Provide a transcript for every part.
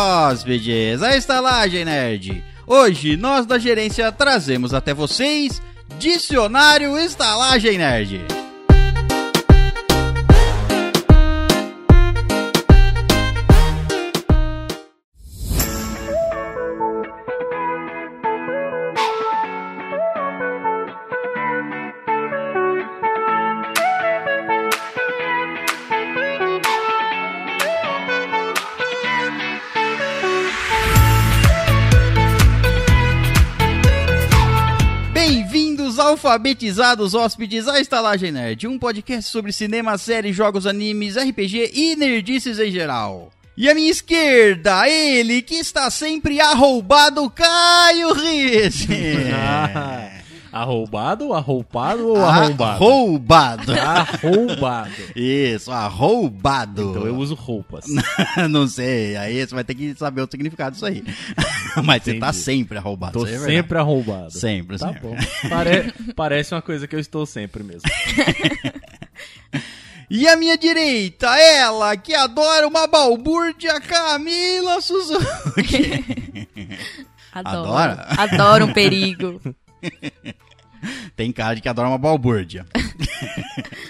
hóspedes, a estalagem nerd. Hoje nós da gerência trazemos até vocês Dicionário Estalagem Nerd. Bem-vindos alfabetizados hóspedes à Estalagem Nerd, um podcast sobre cinema, séries, jogos, animes, RPG e nerdices em geral. E à minha esquerda, ele que está sempre arroubado, Caio Ah, Rizzi. É. Arroubado, arroupado Ah, ou arrombado? Arroubado. Arrombado. Isso, arroubado. Então eu uso roupas. Não sei, aí você vai ter que saber o significado disso aí. Mas você tá Entendi. sempre arroubado. Tô isso aí é verdade. sempre arrombado. Sempre, Tá sempre. bom. Pare- parece uma coisa que eu estou sempre mesmo. E à minha direita, ela que adora uma balbúrdia, Camila Suzuki. Adoro. Adora? Adoro um perigo. Tem cara de que adora uma balbúrdia.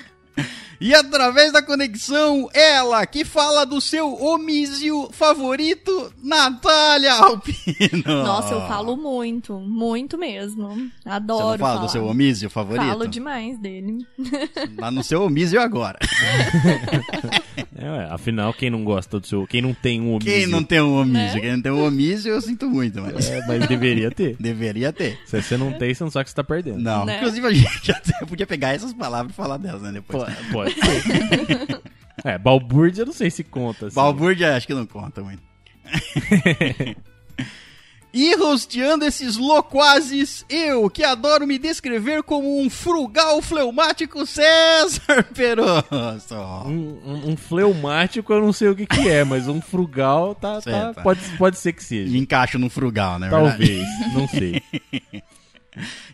E através da conexão, ela que fala do seu omísio favorito, Natália Alpino. Nossa, eu falo muito. Muito mesmo. Você Adoro. não fala falar. do seu omísio favorito? Falo demais dele. Lá no seu omísio agora. É, ué, afinal, quem não gosta do seu. Quem não tem um Quem omísio, não tem um omísio? Né? Quem não tem um omísio, eu sinto muito, mas É, mas deveria ter. deveria ter. Se você não tem, você não sabe que você tá perdendo. Não. Né? Inclusive, a gente até podia pegar essas palavras e falar delas, né? Depois. Pô, Pode ser. É, balbúrdia eu não sei se conta. assim. Balbúrdia, acho que não conta muito. e rosteando esses loquazes, eu que adoro me descrever como um frugal fleumático César Perosso. Um, um- um fleumático eu não sei o que que é, mas um frugal tá, tá- Certo. pode, pode ser que seja. Me encaixo num frugal, né? Talvez, não sei.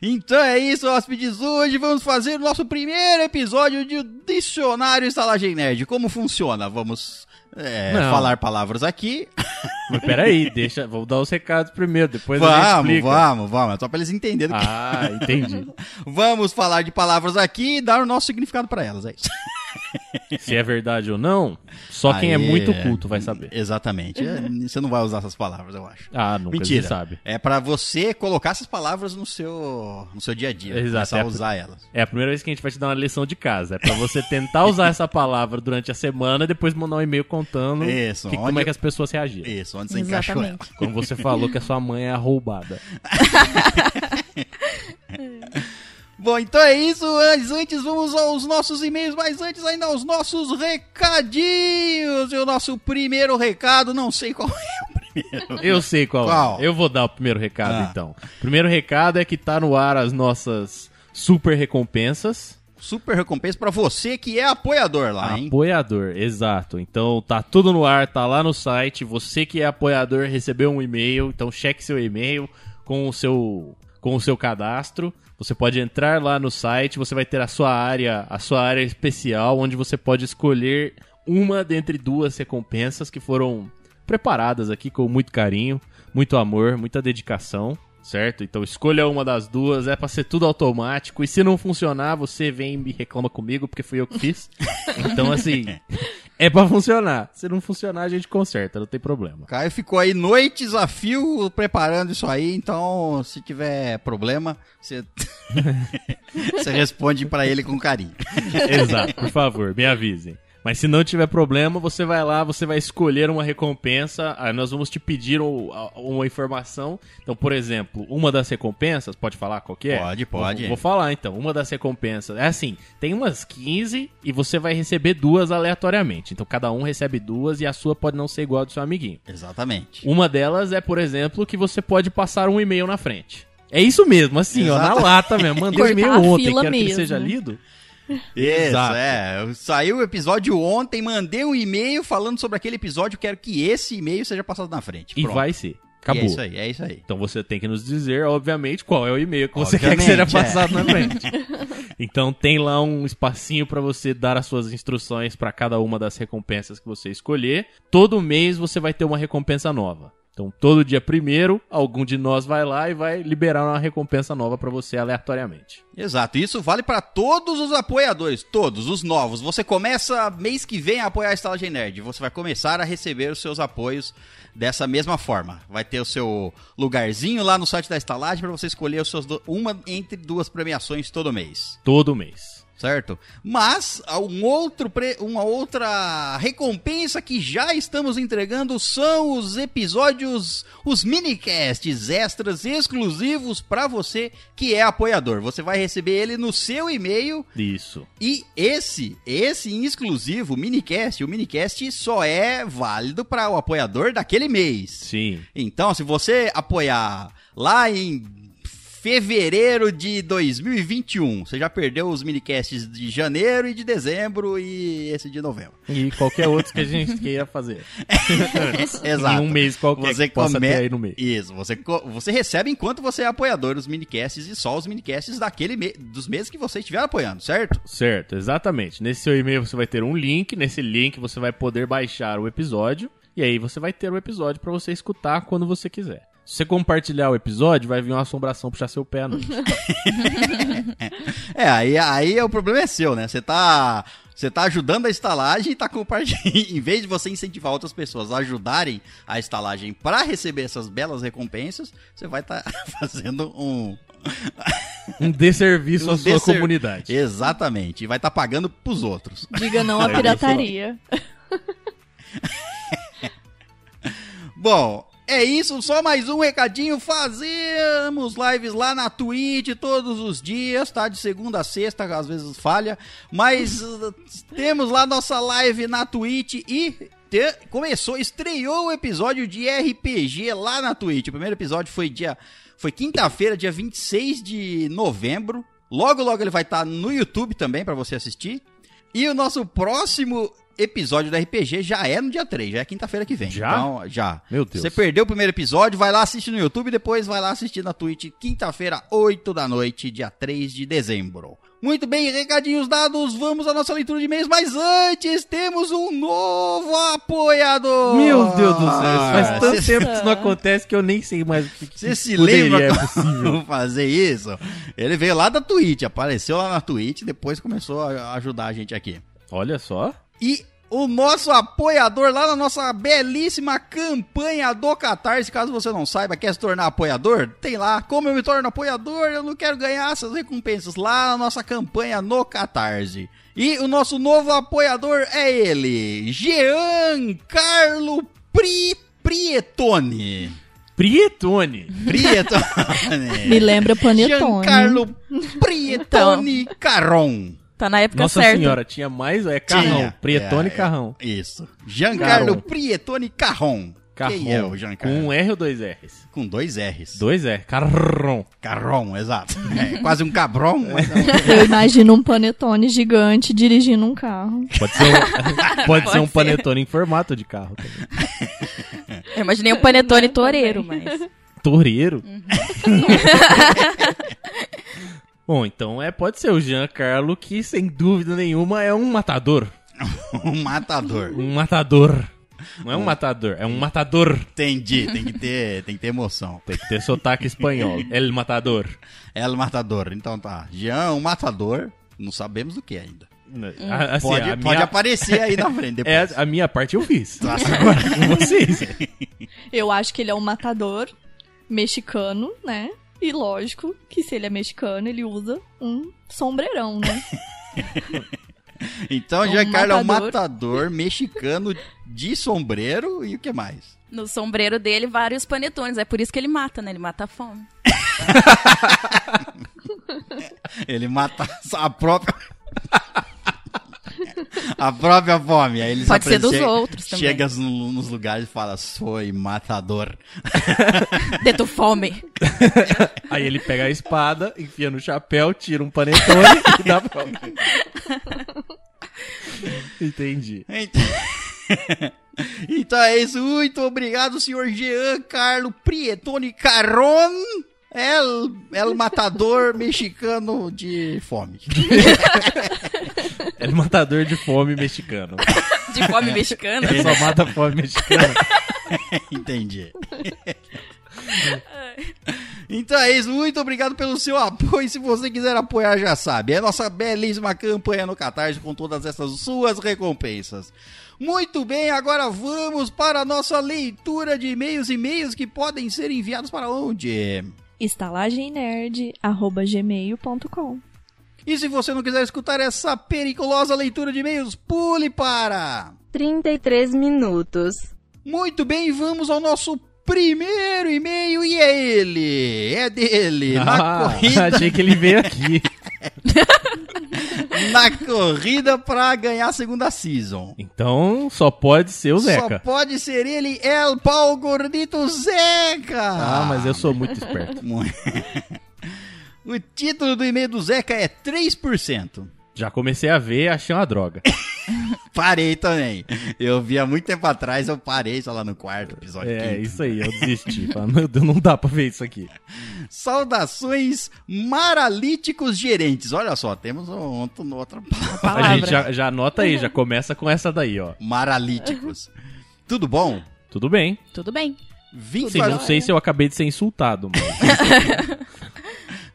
Então é isso, hóspedes. Hoje vamos fazer o nosso primeiro episódio de Dicionário Estalagem Nerd. Como funciona? Vamos é, Não. falar palavras aqui. Mas peraí, deixa, vou dar os recados primeiro, depois a gente Vamos, explica. vamos, vamos. É só pra eles entenderem. o que- Ah, entendi. Vamos falar de palavras aqui e dar o nosso significado pra elas. É isso. Se é verdade ou não, só quem é Aê. muito culto vai saber. Exatamente. É, Você não vai usar essas palavras, eu acho. Ah, nunca Mentira. se sabe. É pra você colocar essas palavras no seu, no seu dia a dia. Exato. Começar É a a- usar elas. É a primeira vez que a gente vai te dar uma lição de casa. É pra você tentar usar essa palavra durante a semana e depois mandar um e-mail contando Isso, que- como onde- é que as pessoas reagiram. Isso, onde você encaixou ela. Exatamente. Como você falou que a sua mãe é arrombada. Bom, então é isso. Mas antes vamos aos nossos e-mails, mas antes ainda aos nossos recadinhos. E o nosso primeiro recado, não sei qual é o primeiro. Eu sei qual, é. Qual? Eu vou dar o primeiro recado, Ah. então. Primeiro recado é que tá no ar as nossas super recompensas. Super recompensa pra você que é apoiador lá, hein? Apoiador, exato. Então tá tudo no ar, tá lá no site. Você que é apoiador recebeu um e-mail, então cheque seu e-mail com o seu com o seu cadastro. Você pode entrar lá no site, você vai ter a sua área, a sua área especial onde você pode escolher uma dentre duas recompensas que foram preparadas aqui com muito carinho, muito amor, muita dedicação, certo? Então escolha uma das duas, é pra ser tudo automático. E se não funcionar, você vem e me reclama comigo, porque fui eu que fiz. Então, assim, é pra funcionar. Se não funcionar, a gente conserta, não tem problema. Caio ficou aí noites a fio preparando isso aí, então se tiver problema, você, você responde pra ele com carinho. Exato, por favor, me avisem. Mas se não tiver problema, você vai lá, você vai escolher uma recompensa, aí nós vamos te pedir o- a- uma informação. Então, por exemplo, uma das recompensas, pode falar qual que é? Pode, Vou, pode. vou falar então, uma das recompensas. É assim, tem umas 15 e você vai receber duas aleatoriamente. Então cada um recebe duas e a sua pode não ser igual a do seu amiguinho. Exatamente. Uma delas é, por exemplo, que você pode passar um e-mail na frente. É isso mesmo, assim, ó, na Exato. lata mesmo. Mandei um Cortar e-mail a ontem, fila quero que ele mesmo. seja lido. Isso, Exato. é. Eu- Saiu o episódio ontem, mandei um e-mail falando sobre aquele episódio, quero que esse e-mail seja passado na frente. E Pronto. vai ser. E Acabou. é isso aí, é isso aí. Então você tem que nos dizer, obviamente, qual é o e-mail que você quer que Obviamente, seja é. passado na frente. Então tem lá um espacinho para você dar as suas instruções para cada uma das recompensas que você escolher. Todo mês você vai ter uma recompensa nova. Então todo dia primeiro, algum de nós vai lá e vai liberar uma recompensa nova para você aleatoriamente. Exato, isso vale para todos os apoiadores, todos os novos. Você começa mês que vem a apoiar a Estalagem Nerd, você vai começar a receber os seus apoios dessa mesma forma. Vai ter o seu lugarzinho lá no site da Estalagem para você escolher os seus do- uma entre duas premiações todo mês, Todo mês. certo? Mas há um outro pre- uma outra recompensa que já estamos entregando são os episódios, os minicasts extras exclusivos para você que é apoiador. Você vai receber ele no seu e-mail Isso. e esse, esse em exclusivo, o minicast, o minicast só é válido para o apoiador daquele mês. Sim. Então, se você apoiar lá em fevereiro de 2021, você já perdeu os minicasts de janeiro e de dezembro e esse de novembro. E qualquer outro que a gente queira fazer. Exato. Em um mês qualquer Você que possa come- ter aí no meio. Isso, você, co- você recebe enquanto você é apoiador os minicasts e só os minicasts daquele me- dos meses que você estiver apoiando, certo? Certo, exatamente. Nesse seu e-mail você vai ter um link, nesse link você vai poder baixar o episódio e aí você vai ter o episódio pra você escutar quando você quiser. Se você compartilhar o episódio, vai vir uma assombração puxar seu pé à noite. É, aí, aí o problema é seu, né? Você tá, você tá ajudando a estalagem e tá compartilhando. em vez de você incentivar outras pessoas a ajudarem a estalagem para receber essas belas recompensas, você vai estar fazendo um. Um desserviço Um à sua desser- comunidade. Exatamente. E vai estar pagando pros outros. Diga não à Aí, pirataria. Bom. É isso, só mais um recadinho. Fazemos lives lá na Twitch todos os dias, tá? De segunda a sexta, às vezes falha. Mas uh, temos lá nossa live na Twitch e te- começou, estreou o episódio de RPG lá na Twitch. O primeiro episódio foi dia foi quinta-feira, dia 26 de novembro. Logo logo ele vai estar no YouTube também pra você assistir. E o nosso próximo episódio do RPG já é no dia 3, já é quinta-feira que vem. Já? Então, já. Meu Deus. Você perdeu o primeiro episódio, vai lá assistir no YouTube e depois vai lá assistir na Twitch, quinta-feira, 8 da noite, dia 3 de dezembro. Muito bem, recadinhos dados, vamos à nossa leitura de e-mails, mas antes temos um novo apoiador! Meu Deus do céu, isso faz Ah, tanto cê- tempo que isso não acontece que eu nem sei mais o que, que Você se poderia- é lembra como fazer isso? Ele veio lá da Twitch, apareceu lá na Twitch, depois começou a ajudar a gente aqui. Olha só. E o nosso apoiador lá na nossa belíssima campanha do Catarse, caso você não saiba, quer se tornar apoiador? Tem lá, como eu me torno apoiador, eu não quero ganhar essas recompensas lá na nossa campanha no Catarse. E o nosso novo apoiador é ele, Jean Carlo Pri Prietone. Prietone. Prietone. Me lembra Panetone. É. Giancarlo Prietone Caron. Tá na época Nossa certa. senhora, tinha mais. É carrão. Tinha. Prietone É, é. carrão. Isso. Giancarlo Caron. Prietone Carron. Carrão. Quem é o Giancarlo? Com um R ou dois R's? Com dois R's. Dois R. Carrão. Carron, exato. É, quase um cabron, mas é um- Eu imagino um panetone gigante dirigindo um carro. Pode ser um, pode Pode ser um ser. panetone em formato de carro. também. Eu imaginei um panetone toureiro, mas. Toureiro? Bom, então é, pode ser o Jean Carlo, que sem dúvida nenhuma é um matador. um matador. Um matador. Não Hum. é um matador, é um matador. Entendi, tem que ter, tem que ter emoção. Tem que ter sotaque espanhol. El matador. É o matador, então tá. Jean, um matador, não sabemos do que ainda. A- assim, Hum. pode a pode minha, aparecer aí na frente é, depois. a minha parte eu fiz. Tá. Agora com vocês. Eu acho que ele é um matador mexicano, né? E lógico que se ele é mexicano, ele usa um sombreirão, né? Então, um Giancarlo é um matador. matador mexicano de sombreiro e o que mais? No sombreiro dele, vários panetones. É por isso que ele mata, né? Ele mata a fome. Ele mata a própria. a própria fome. Aí eles Pode ser dos apre- che- outros também. Chega no- nos lugares e fala: Foi matador. Deto fome. Aí ele pega a espada, enfia no chapéu, tira um panetone e dá pra alguém. Entendi. Então... então é isso. Muito obrigado, senhor Jean Carlo Prietone Caron. É o matador mexicano de fome. É matador de fome mexicano. De fome mexicana. Ele só mata a fome mexicana. Entendi. Então é isso, muito obrigado pelo seu apoio. Se você quiser apoiar, já sabe. É nossa belíssima campanha no Catarse com todas essas suas recompensas. Muito bem, agora vamos para a nossa leitura de e-mails e e-mails que podem ser enviados para onde? estalagemnerd.gmail.com E se você não quiser escutar essa periculosa leitura de e-mails, pule para. 33 minutos. Muito bem, vamos ao nosso primeiro e-mail e é ele, é dele, na Ah, corrida achei que ele veio aqui. na corrida para ganhar a segunda season. Então só pode ser o Só Zeca. pode ser ele, El Pau Gordito Zeca! Ah, mas eu sou muito esperto. O título do e-mail do Zeca é 3%. Já comecei a ver, achei uma droga. Parei também. Eu vi há muito tempo atrás, eu parei só lá no quarto episódio. É, quinto. isso aí, eu desisti. Falei, meu Deus, não dá pra ver isso aqui. Saudações maralíticos gerentes. Olha só, temos um, um- outra palavra. A Palavra. gente já, já anota aí, já começa com essa daí, ó. Maralíticos. Tudo bom? Tudo bem. Tudo bem. Vim Sim, não fazer... sei se eu acabei de ser insultado, mas.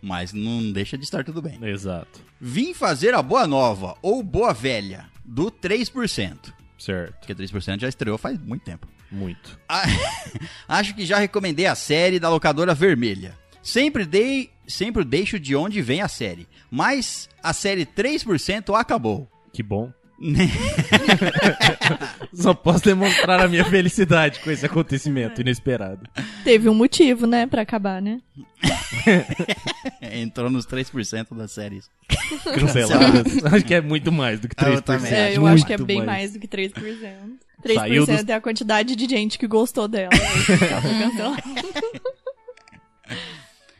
Mas não deixa de estar tudo bem. Exato. Vim fazer a boa nova, ou boa velha, do 3%. Certo. Porque 3% já estreou faz muito tempo. Muito. Ah, Acho que já recomendei a série da locadora vermelha. Sempre dei, sempre deixo de onde vem a série. Mas a série 3% acabou. Que bom. Né? Só posso demonstrar a minha felicidade com esse acontecimento inesperado. Teve um motivo, né, pra acabar, né? Entrou nos 3% das séries. Canceladas. acho que é muito mais do que Ah, 3%. eu também É, acho eu Muito acho que é bem mais. do que 3%. 3% Saiu dos- é a quantidade de gente que gostou dela. Ela foi cancelada.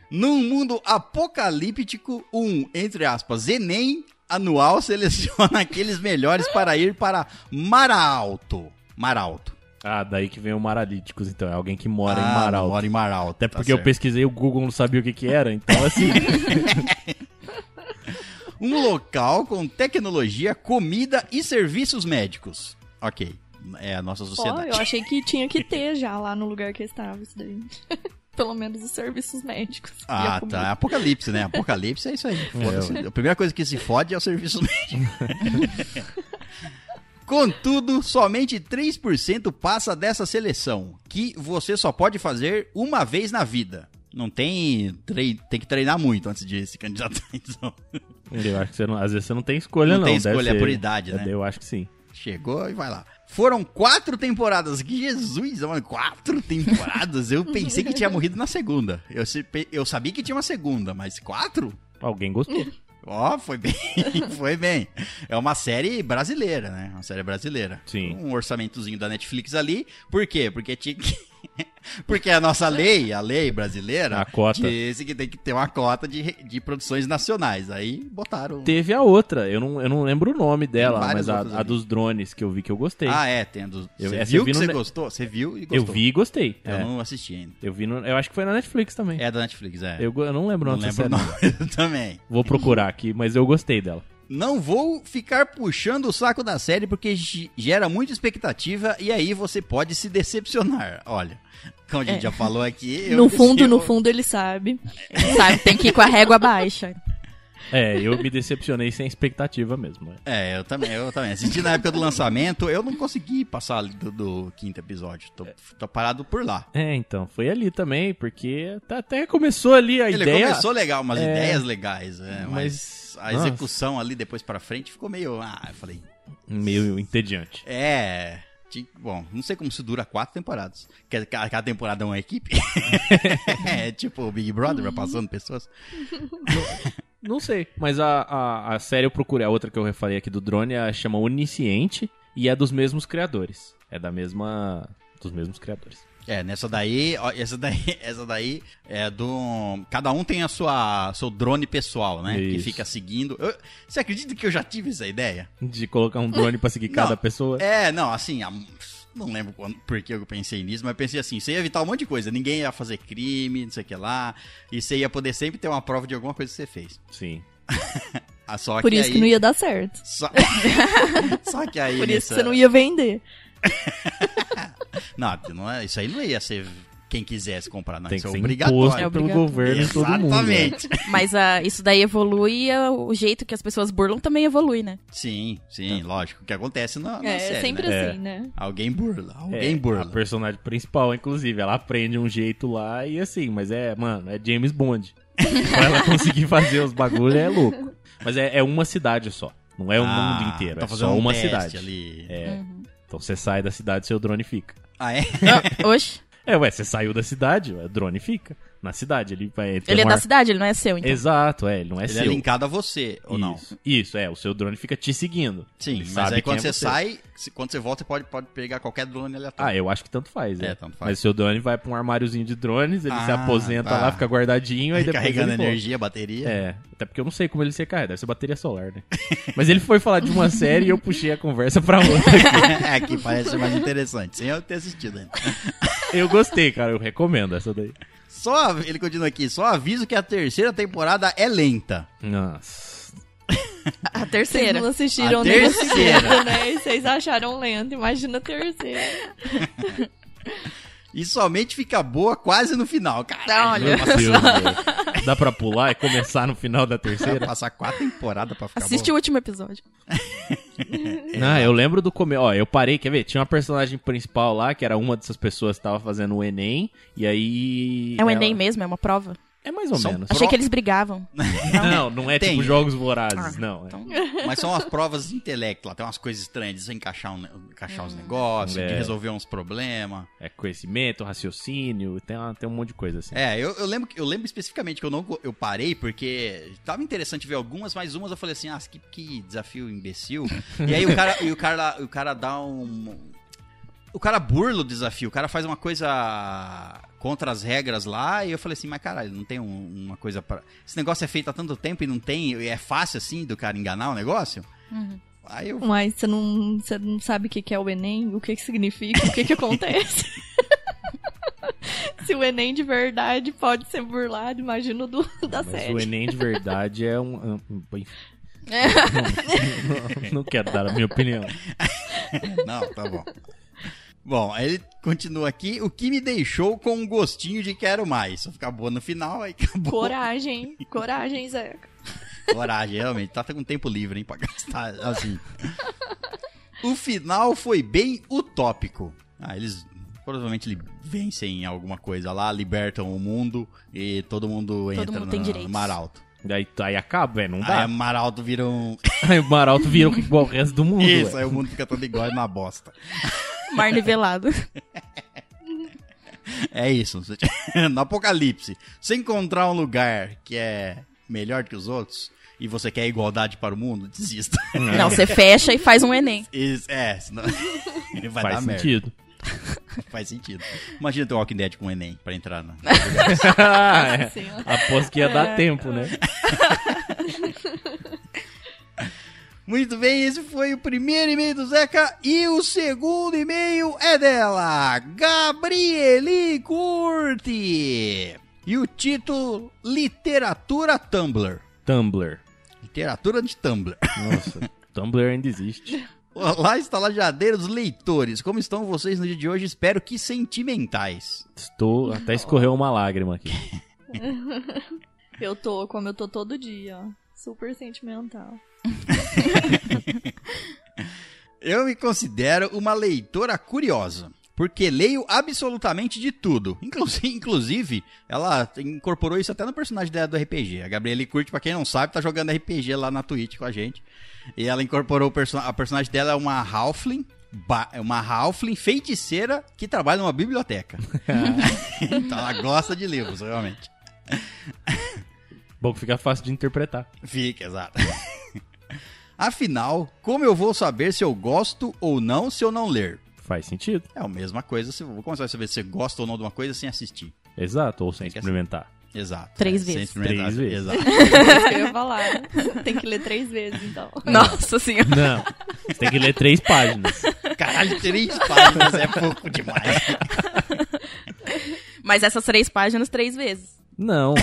Num mundo apocalíptico, um, entre aspas, Enem anual seleciona aqueles melhores para ir para Maralto. Maralto. Ah, daí que vem o Maralíticos, então. É alguém que mora Ah, em Maralto. Mora em Maralto. Até tá porque eu certo. pesquisei, o Google não sabia o que que era, então assim... Um local com tecnologia, comida e serviços médicos. Ok. É a nossa Ó, sociedade. eu achei que tinha que ter já lá no lugar que eu estava isso daí. Pelo menos os serviços médicos. e a Ah, comida. tá. Apocalipse, né? Apocalipse é isso aí. Foda-se. A primeira coisa que se fode é o serviço médico. Contudo, somente 3% passa dessa seleção, que você só pode fazer uma vez na vida. Não tem. trei- Tem que treinar muito antes de se candidatar. Então. Eu acho que você não, às vezes você não tem escolha, Não não. tem deve escolha, é ser. por idade, né? Eu acho que sim. Chegou e vai lá. Foram quatro temporadas. Que Jesus, mano. Quatro temporadas? Eu pensei que tinha morrido na segunda. Eu, se- eu sabia que tinha uma segunda, mas quatro? Alguém gostou. Ó, foi bem, foi bem. É uma série brasileira, né? Uma série brasileira. Sim. Um orçamentozinho da Netflix ali. Por quê? Porque tinha que... Porque a nossa lei, a lei brasileira, A cota. disse que tem que ter uma cota de, re- de produções nacionais. Aí botaram. Teve a outra, eu não, eu não lembro o nome dela, várias mas a, outras a ali. dos drones que eu vi que eu gostei. Ah, é, tendo. Eu- Você essa viu eu vi que no você ne- gostou? Você viu e eu gostou? vi e gostei. Eu é. não assisti ainda. Eu vi no- eu acho que foi na Netflix também. É da Netflix, é. Eu, go- eu não lembro o não nome dessa lembro o série. nome também. Vou procurar aqui, mas eu gostei dela. Não vou ficar puxando o saco da série porque ge- gera muita expectativa e aí você pode se decepcionar. Olha, como a gente É. já falou aqui. eu- No fundo, no eu- fundo, ele sabe. Sabe, tem que ir com a régua baixa. É, eu me decepcionei sem expectativa mesmo. né? É, eu também, eu também. Assisti na época do lançamento, eu não consegui passar ali do, do quinto episódio. Tô, tô parado por lá. É, então, foi ali também, porque tá- até começou ali a Ele ideia. começou legal, umas é, ideias legais, é, mas, mas, a nossa. execução ali depois pra frente ficou meio. Ah, eu falei, Meio entediante. É. ti- Bom, não sei como se dura quatro temporadas. Quer- Cada, cada temporada é uma equipe. é tipo o Big Brother, Uhum. vai passando pessoas. Não sei, mas a, a, a série eu procurei, a outra que eu falei aqui do drone, ela chama Onisciente e é dos mesmos criadores. É da mesma. dos mesmos criadores. É, nessa daí, ó, essa daí, essa daí é do. Cada um tem a sua seu drone pessoal, né? Que Isso. fica seguindo. Eu- você acredita que eu já tive essa ideia? De colocar um drone pra seguir Não, cada pessoa. É, não, assim, há Não lembro quando, por que eu pensei nisso, mas pensei assim: você ia evitar um monte de coisa. Ninguém ia fazer crime, não sei o que lá. E você ia poder sempre ter uma prova de alguma coisa que você fez. Sim. Ah, só Por que isso aí, que não ia dar certo. Só, só que aí. Por isso que nessa- você não ia vender. Não, não é- isso aí não ia ser quem quisesse comprar, não. Tem isso que é ser obrigatório. imposto É pelo obrigatório. governo em todo mundo. né? Exatamente. Mas ah, isso daí evolui e ah, o jeito que as pessoas burlam também evolui, né? Sim, sim, lógico. O que acontece na, na é, série, sempre né? né? assim, né? Alguém burla, É, alguém A burla. personagem principal, inclusive, ela aprende um jeito lá e assim, mas é, mano, é James Bond. pra ela conseguir fazer os bagulhos é louco. Mas é, é uma cidade só. Não é o Ah, mundo inteiro. tá é fazendo só um uma teste cidade. Ali. É. Então você sai da cidade, seu drone fica. Ah, é? Ah, Oxe, É, ué, você saiu da cidade, o drone fica. Na cidade, ele vai. tem ele é um da ar- cidade, ele não é seu, então. Exato, é, ele não é Ele seu. é linkado a você, ou não? Isso, Isso, é, o seu drone fica te seguindo. Sim, Ele mas sabe aí quando quem você, é sai, se- quando você volta, você pode, pode pegar qualquer drone Ah, aleatório. eu acho que tanto faz, É, é. tanto faz. Mas seu drone vai pra um armáriozinho de drones, ele se Ah, aposenta tá. lá, fica guardadinho, aí Ah, depois Carregando ele volta. energia, bateria. É, até porque eu não sei como ele se carrega, deve ser bateria solar, né? Mas ele foi falar de uma série e eu puxei a conversa pra outra. É, que parece mais interessante, sem eu ter assistido ainda. Eu gostei, cara, eu recomendo essa daí. Só, ele continua aqui, só aviso que a terceira temporada é lenta. Nossa. A Vocês terceira. não assistiram A nem a terceira. segunda, né? E vocês acharam lento. Imagina a terceira. E somente fica boa quase no final, cara. Olha. Meu Deus, velho. Dá pra pular e começar no final da Vai terceira? passar quatro temporadas pra ficar Assiste boa. o último episódio. Ah, eu lembro do começo. Ó, eu parei, quer ver? Tinha uma personagem principal lá, que era uma dessas pessoas que tava fazendo o Enem, e aí. É um ela- Enem mesmo, é uma prova. É mais ou São menos. Pro- Achei um que eles brigavam. Não, não é Tem. tipo jogos vorazes, não. é. Então, Mas são as provas de intelecto lá, tem umas coisas estranhas, de você encaixar, um- encaixar Hum. os negócios, de É. resolver uns problemas. É conhecimento, raciocínio, tem, uma- tem um monte de coisa assim. É, eu, eu lembro que- eu lembro especificamente que eu não go- eu parei porque tava interessante ver algumas, mas umas eu falei assim, ah, que, que desafio imbecil. e aí o cara e o cara lá- o cara dá um o cara burla o desafio, o cara faz uma coisa contra as regras lá, e eu falei assim, mas caralho, não tem um- uma coisa pra. Esse negócio é feito há tanto tempo e não tem, e é fácil assim do cara enganar o negócio? Aí eu Mas você não, você não sabe o que que é o Enem, o que que significa, o que que acontece. Se o Enem de verdade pode ser burlado, imagina o do, da Mas série. o Enem de verdade é um. um- um- enfim. É, Não, não- não quero dar a minha opinião. Não, tá bom. Bom, aí ele continua aqui, o que me deixou com um gostinho de quero mais. Só ficar boa no final, aí acabou. Coragem, coragem, Zeca. Coragem, realmente. Tá com tempo livre, hein, pra gastar assim. O final foi bem utópico. Ah, eles provavelmente li- vencem alguma coisa lá, libertam o mundo e todo mundo entra mundo no tem direitos. Maralto. Daí aí acaba, velho, não Aí dá. o Maralto vira um... Aí o Maralto virou igual o resto do mundo. Isso, ué. aí o mundo fica todo igual e uma bosta. mar nivelado. É isso. você- No apocalipse, se encontrar um lugar que é melhor que os outros e você quer igualdade para o mundo, desista. É. Não, você fecha e faz um Enem. Isso, é, senão vai Faz dar merda. sentido. Faz sentido. Imagina ter um Walking Dead com o Enem pra entrar na. Ah, é. Assim, ó. Aposto que ia É. dar tempo, né? Muito bem, esse foi o primeiro e-mail do Zeca e o segundo e-mail é dela, Gabrieli Curti. E o título Literatura Tumblr. Tumblr. Literatura de Tumblr. Nossa, Tumblr ainda existe. Olá, estalajadeiros leitores, como estão vocês no dia de hoje? Espero que sentimentais. Estou. Até escorreu uma lágrima aqui. Eu tô como eu tô todo dia, ó. Super sentimental. Eu me considero uma leitora curiosa, porque leio absolutamente de tudo. Inclusi- Inclusive, ela incorporou isso até no personagem dela do RPG. A Gabriele Curte, pra quem não sabe, tá jogando RPG lá na Twitch com a gente. E ela incorporou o perso a personagem dela é uma Halfling, ba- é uma Halfling feiticeira que trabalha numa biblioteca. então ela gosta de livros, realmente. Bom que fica fácil de interpretar. Fica, exato. Afinal, como eu vou saber se eu gosto ou não se eu não ler? Faz sentido. É a mesma coisa. Se, como você vai saber se você gosta ou não de uma coisa sem assistir? Exato, ou sem Tem que experimentar. Exato. Três É, vezes. Sem experimentar. Três vezes. Exato. É isso que eu ia falar. Tem que ler três vezes, então. Nossa senhora. Não, você tem que ler três páginas. Caralho, três páginas é pouco demais. Mas essas três páginas três vezes. Não.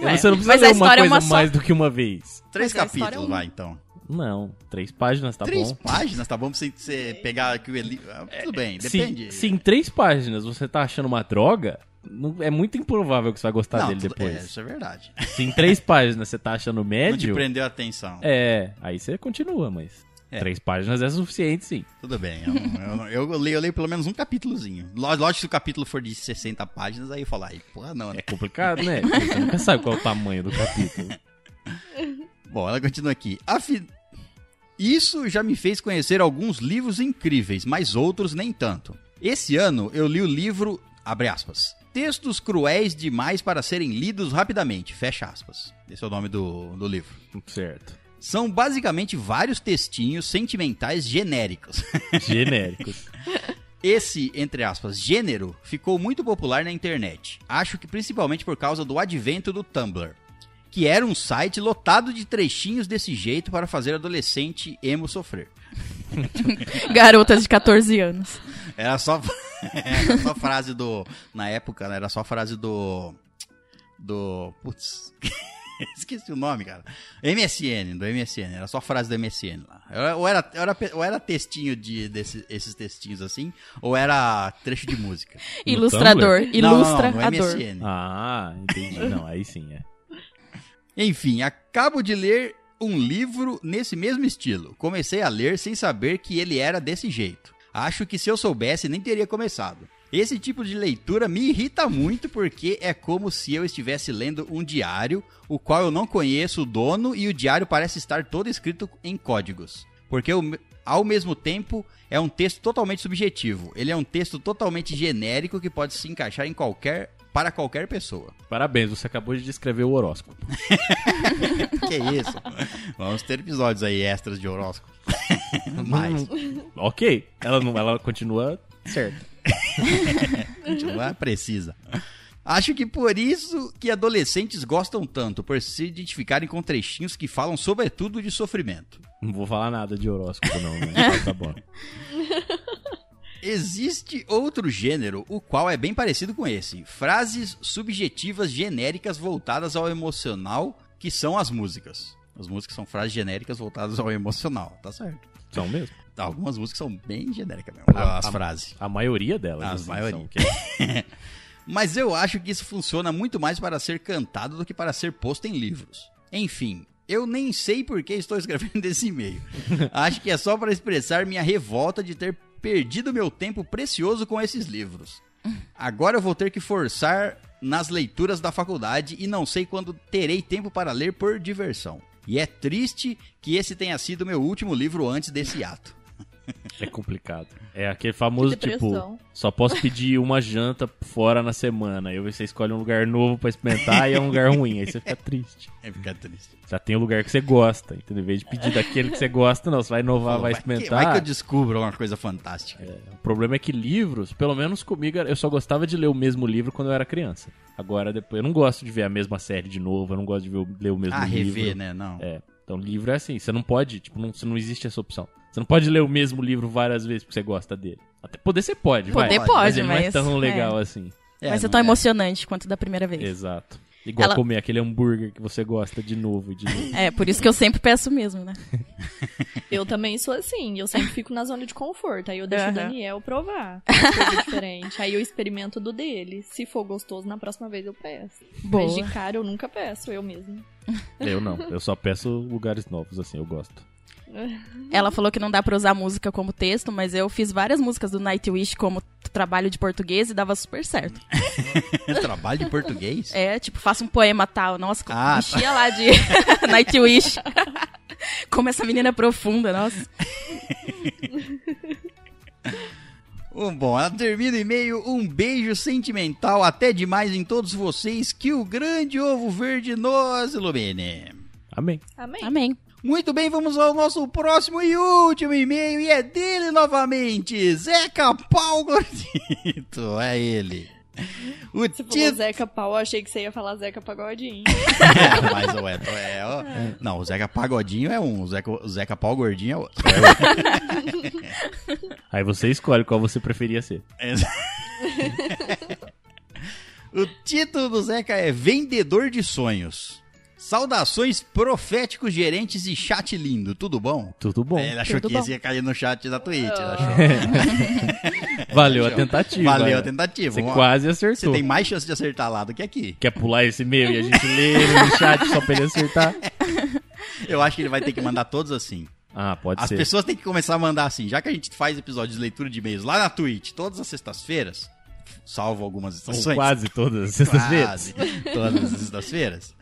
Ué, você não precisa mas a ler uma história é coisa uma só. mais do que uma vez. Três Mas a história capítulos, é um. vai, então. Não, três páginas tá três bom. páginas, tá bom pra você, você pegar que o Eli... Ah, Tudo bem, Se- depende. Se, em três páginas você tá achando uma droga, não- é muito improvável que você vai gostar Não, dele tudo- É, depois. isso é verdade. Se em três páginas você tá achando Não te médio, prendeu a atenção. é, aí você continua, mas É. três páginas é suficiente sim. Tudo bem. Eu, não- eu, eu leio, eu leio pelo menos um capítulozinho. Ló- Lógico que se o capítulo for de 60 páginas, aí eu falo, ai, porra, não, né? É complicado, né? Porque Você nunca sabe qual é o tamanho do capítulo. Bom, ela continua aqui. Afi- Isso já me fez conhecer alguns livros incríveis, mas outros nem tanto. Esse ano eu li o livro, abre aspas, Textos Cruéis Demais para Serem Lidos Rapidamente, fecha aspas. Esse é o nome do, do livro. Certo. São basicamente vários textinhos sentimentais genéricos. Genéricos. Esse, entre aspas, gênero ficou muito popular na internet. Acho que principalmente por causa do advento do Tumblr, que era um site lotado de trechinhos desse jeito para fazer adolescente emo sofrer. Garotas de 14 anos. Era só, era só frase do. Na época, né, era só frase do. Do. Putz. Esqueci o nome, cara. MSN, do MSN. Era só frase do MSN lá. Era- Ou era, era, ou era textinho de, desses esses textinhos assim, ou era trecho de música. No Ilustrador. Ilustra Ilustrador. MSN. Ah, entendi. Não, aí sim é. Enfim, acabo de ler um livro nesse mesmo estilo. Comecei a ler sem saber que ele era desse jeito. Acho que se eu soubesse nem teria começado. Esse tipo de leitura me irrita muito porque é como se eu estivesse lendo um diário, o qual eu não conheço o dono e o diário parece estar todo escrito em códigos. Porque o me- ao mesmo tempo é um texto totalmente subjetivo. Ele é um texto totalmente genérico que pode se encaixar em qualquer para qualquer pessoa. Parabéns, você acabou de descrever o horóscopo. Que isso? Vamos ter episódios aí extras de horóscopo. Mas, Ok. Ela, não, ela continua certo. continua tipo, é precisa. Acho que por isso que adolescentes gostam tanto, por se identificarem com trechinhos que falam sobretudo de sofrimento. Não vou falar nada de horóscopo, não, né? Então Tá bom. Existe outro gênero, o qual é bem parecido com esse. Frases subjetivas genéricas voltadas ao emocional, que são as músicas. As músicas são frases genéricas voltadas ao emocional, tá certo? São mesmo. Algumas músicas são bem genéricas mesmo, Ah, as ah, frases. A maioria delas. As assim, maioria. são, que é Mas eu acho que isso funciona muito mais para ser cantado do que para ser posto em livros. Enfim, eu nem sei por que estou escrevendo esse e-mail. Acho que é só para expressar minha revolta de ter perdido meu tempo precioso com esses livros. Agora eu vou ter que forçar nas leituras da faculdade e não sei quando terei tempo para ler por diversão. E é triste que esse tenha sido meu último livro antes desse ato. é complicado. É aquele famoso tipo. Depressão. Só posso pedir uma janta fora na semana. Aí você escolhe um lugar novo pra experimentar e é um lugar ruim. Aí você fica triste. É ficar triste. Já tem o lugar que você gosta, entendeu? Em vez de pedir daquele que você gosta, não. Você vai inovar, vai que, experimentar. vai que eu descubro alguma coisa fantástica. O problema é que livros, pelo menos comigo, eu só gostava de ler o mesmo livro quando eu era criança. Agora, depois, eu não gosto de ver a mesma série de novo, eu não gosto de ver, o- ler o mesmo ah, um livro. rever, né? Não. Então, livro é assim, você não pode, tipo, não, você não existe essa opção. Você não pode ler o mesmo livro várias vezes porque você gosta dele. Até poder você pode, vai. Poder Mas pode, mas. ele não é tão legal é. assim. É, mas é não tão é. emocionante quanto da primeira vez. Exato. Igual Ela- comer aquele hambúrguer que você gosta de novo e de novo. É, por isso que eu sempre peço mesmo, né? Eu também sou assim, eu sempre fico na zona de conforto. Aí eu deixo Aham. o Daniel provar. Coisa diferente. Aí eu experimento do dele. Se for gostoso, na próxima vez eu peço. Boa. Mas de cara eu nunca peço, eu mesmo. eu não, eu só peço lugares novos, assim, eu gosto. Ela falou que não dá pra usar música como texto, mas eu fiz várias músicas do Nightwish como t- trabalho de português e dava super certo. Trabalho de português? É, tipo, faça um poema tal. Nossa, Ah, enchia lá de Nightwish. como essa menina é profunda, nossa. Um, bom, ela termina o e-mail. Um beijo sentimental até demais em todos vocês. Que o grande ovo verde nos ilumine. Amém. Amém. Amém. Muito bem, vamos ao nosso próximo e último e-mail. E é dele novamente, Zeca Paulo Gordito. É ele. O Você falou Tipo- título. Zeca Pau, eu achei que você ia falar Zeca Pagodinho. É, mas o Eto é, ó. Não, o Zeca Pagodinho é um, o Zeca, o Zeca Pau Gordinho é outro. Aí você escolhe qual você preferia ser. O título do Zeca é Vendedor de Sonhos. Saudações proféticos, gerentes e chat lindo, tudo bom? É, Tudo bom. Ele achou tudo que bom. esse ia cair no chat da Twitch, ele Ah. achou. Valeu a tentativa. É Valeu né? a tentativa. Você Ó, quase Você acertou. tem mais chance de acertar lá do que aqui. Quer pular esse e-mail e a gente lê ele no chat só pra ele acertar? Eu acho que ele vai ter que mandar todos assim. Ah, pode As ser. pessoas têm que começar a mandar assim, já que a gente faz episódios de leitura de e-mails lá na Twitch todas as sextas-feiras, salvo algumas Ou exceções. quase todas as sextas-feiras. Quase. Todas as sextas-feiras.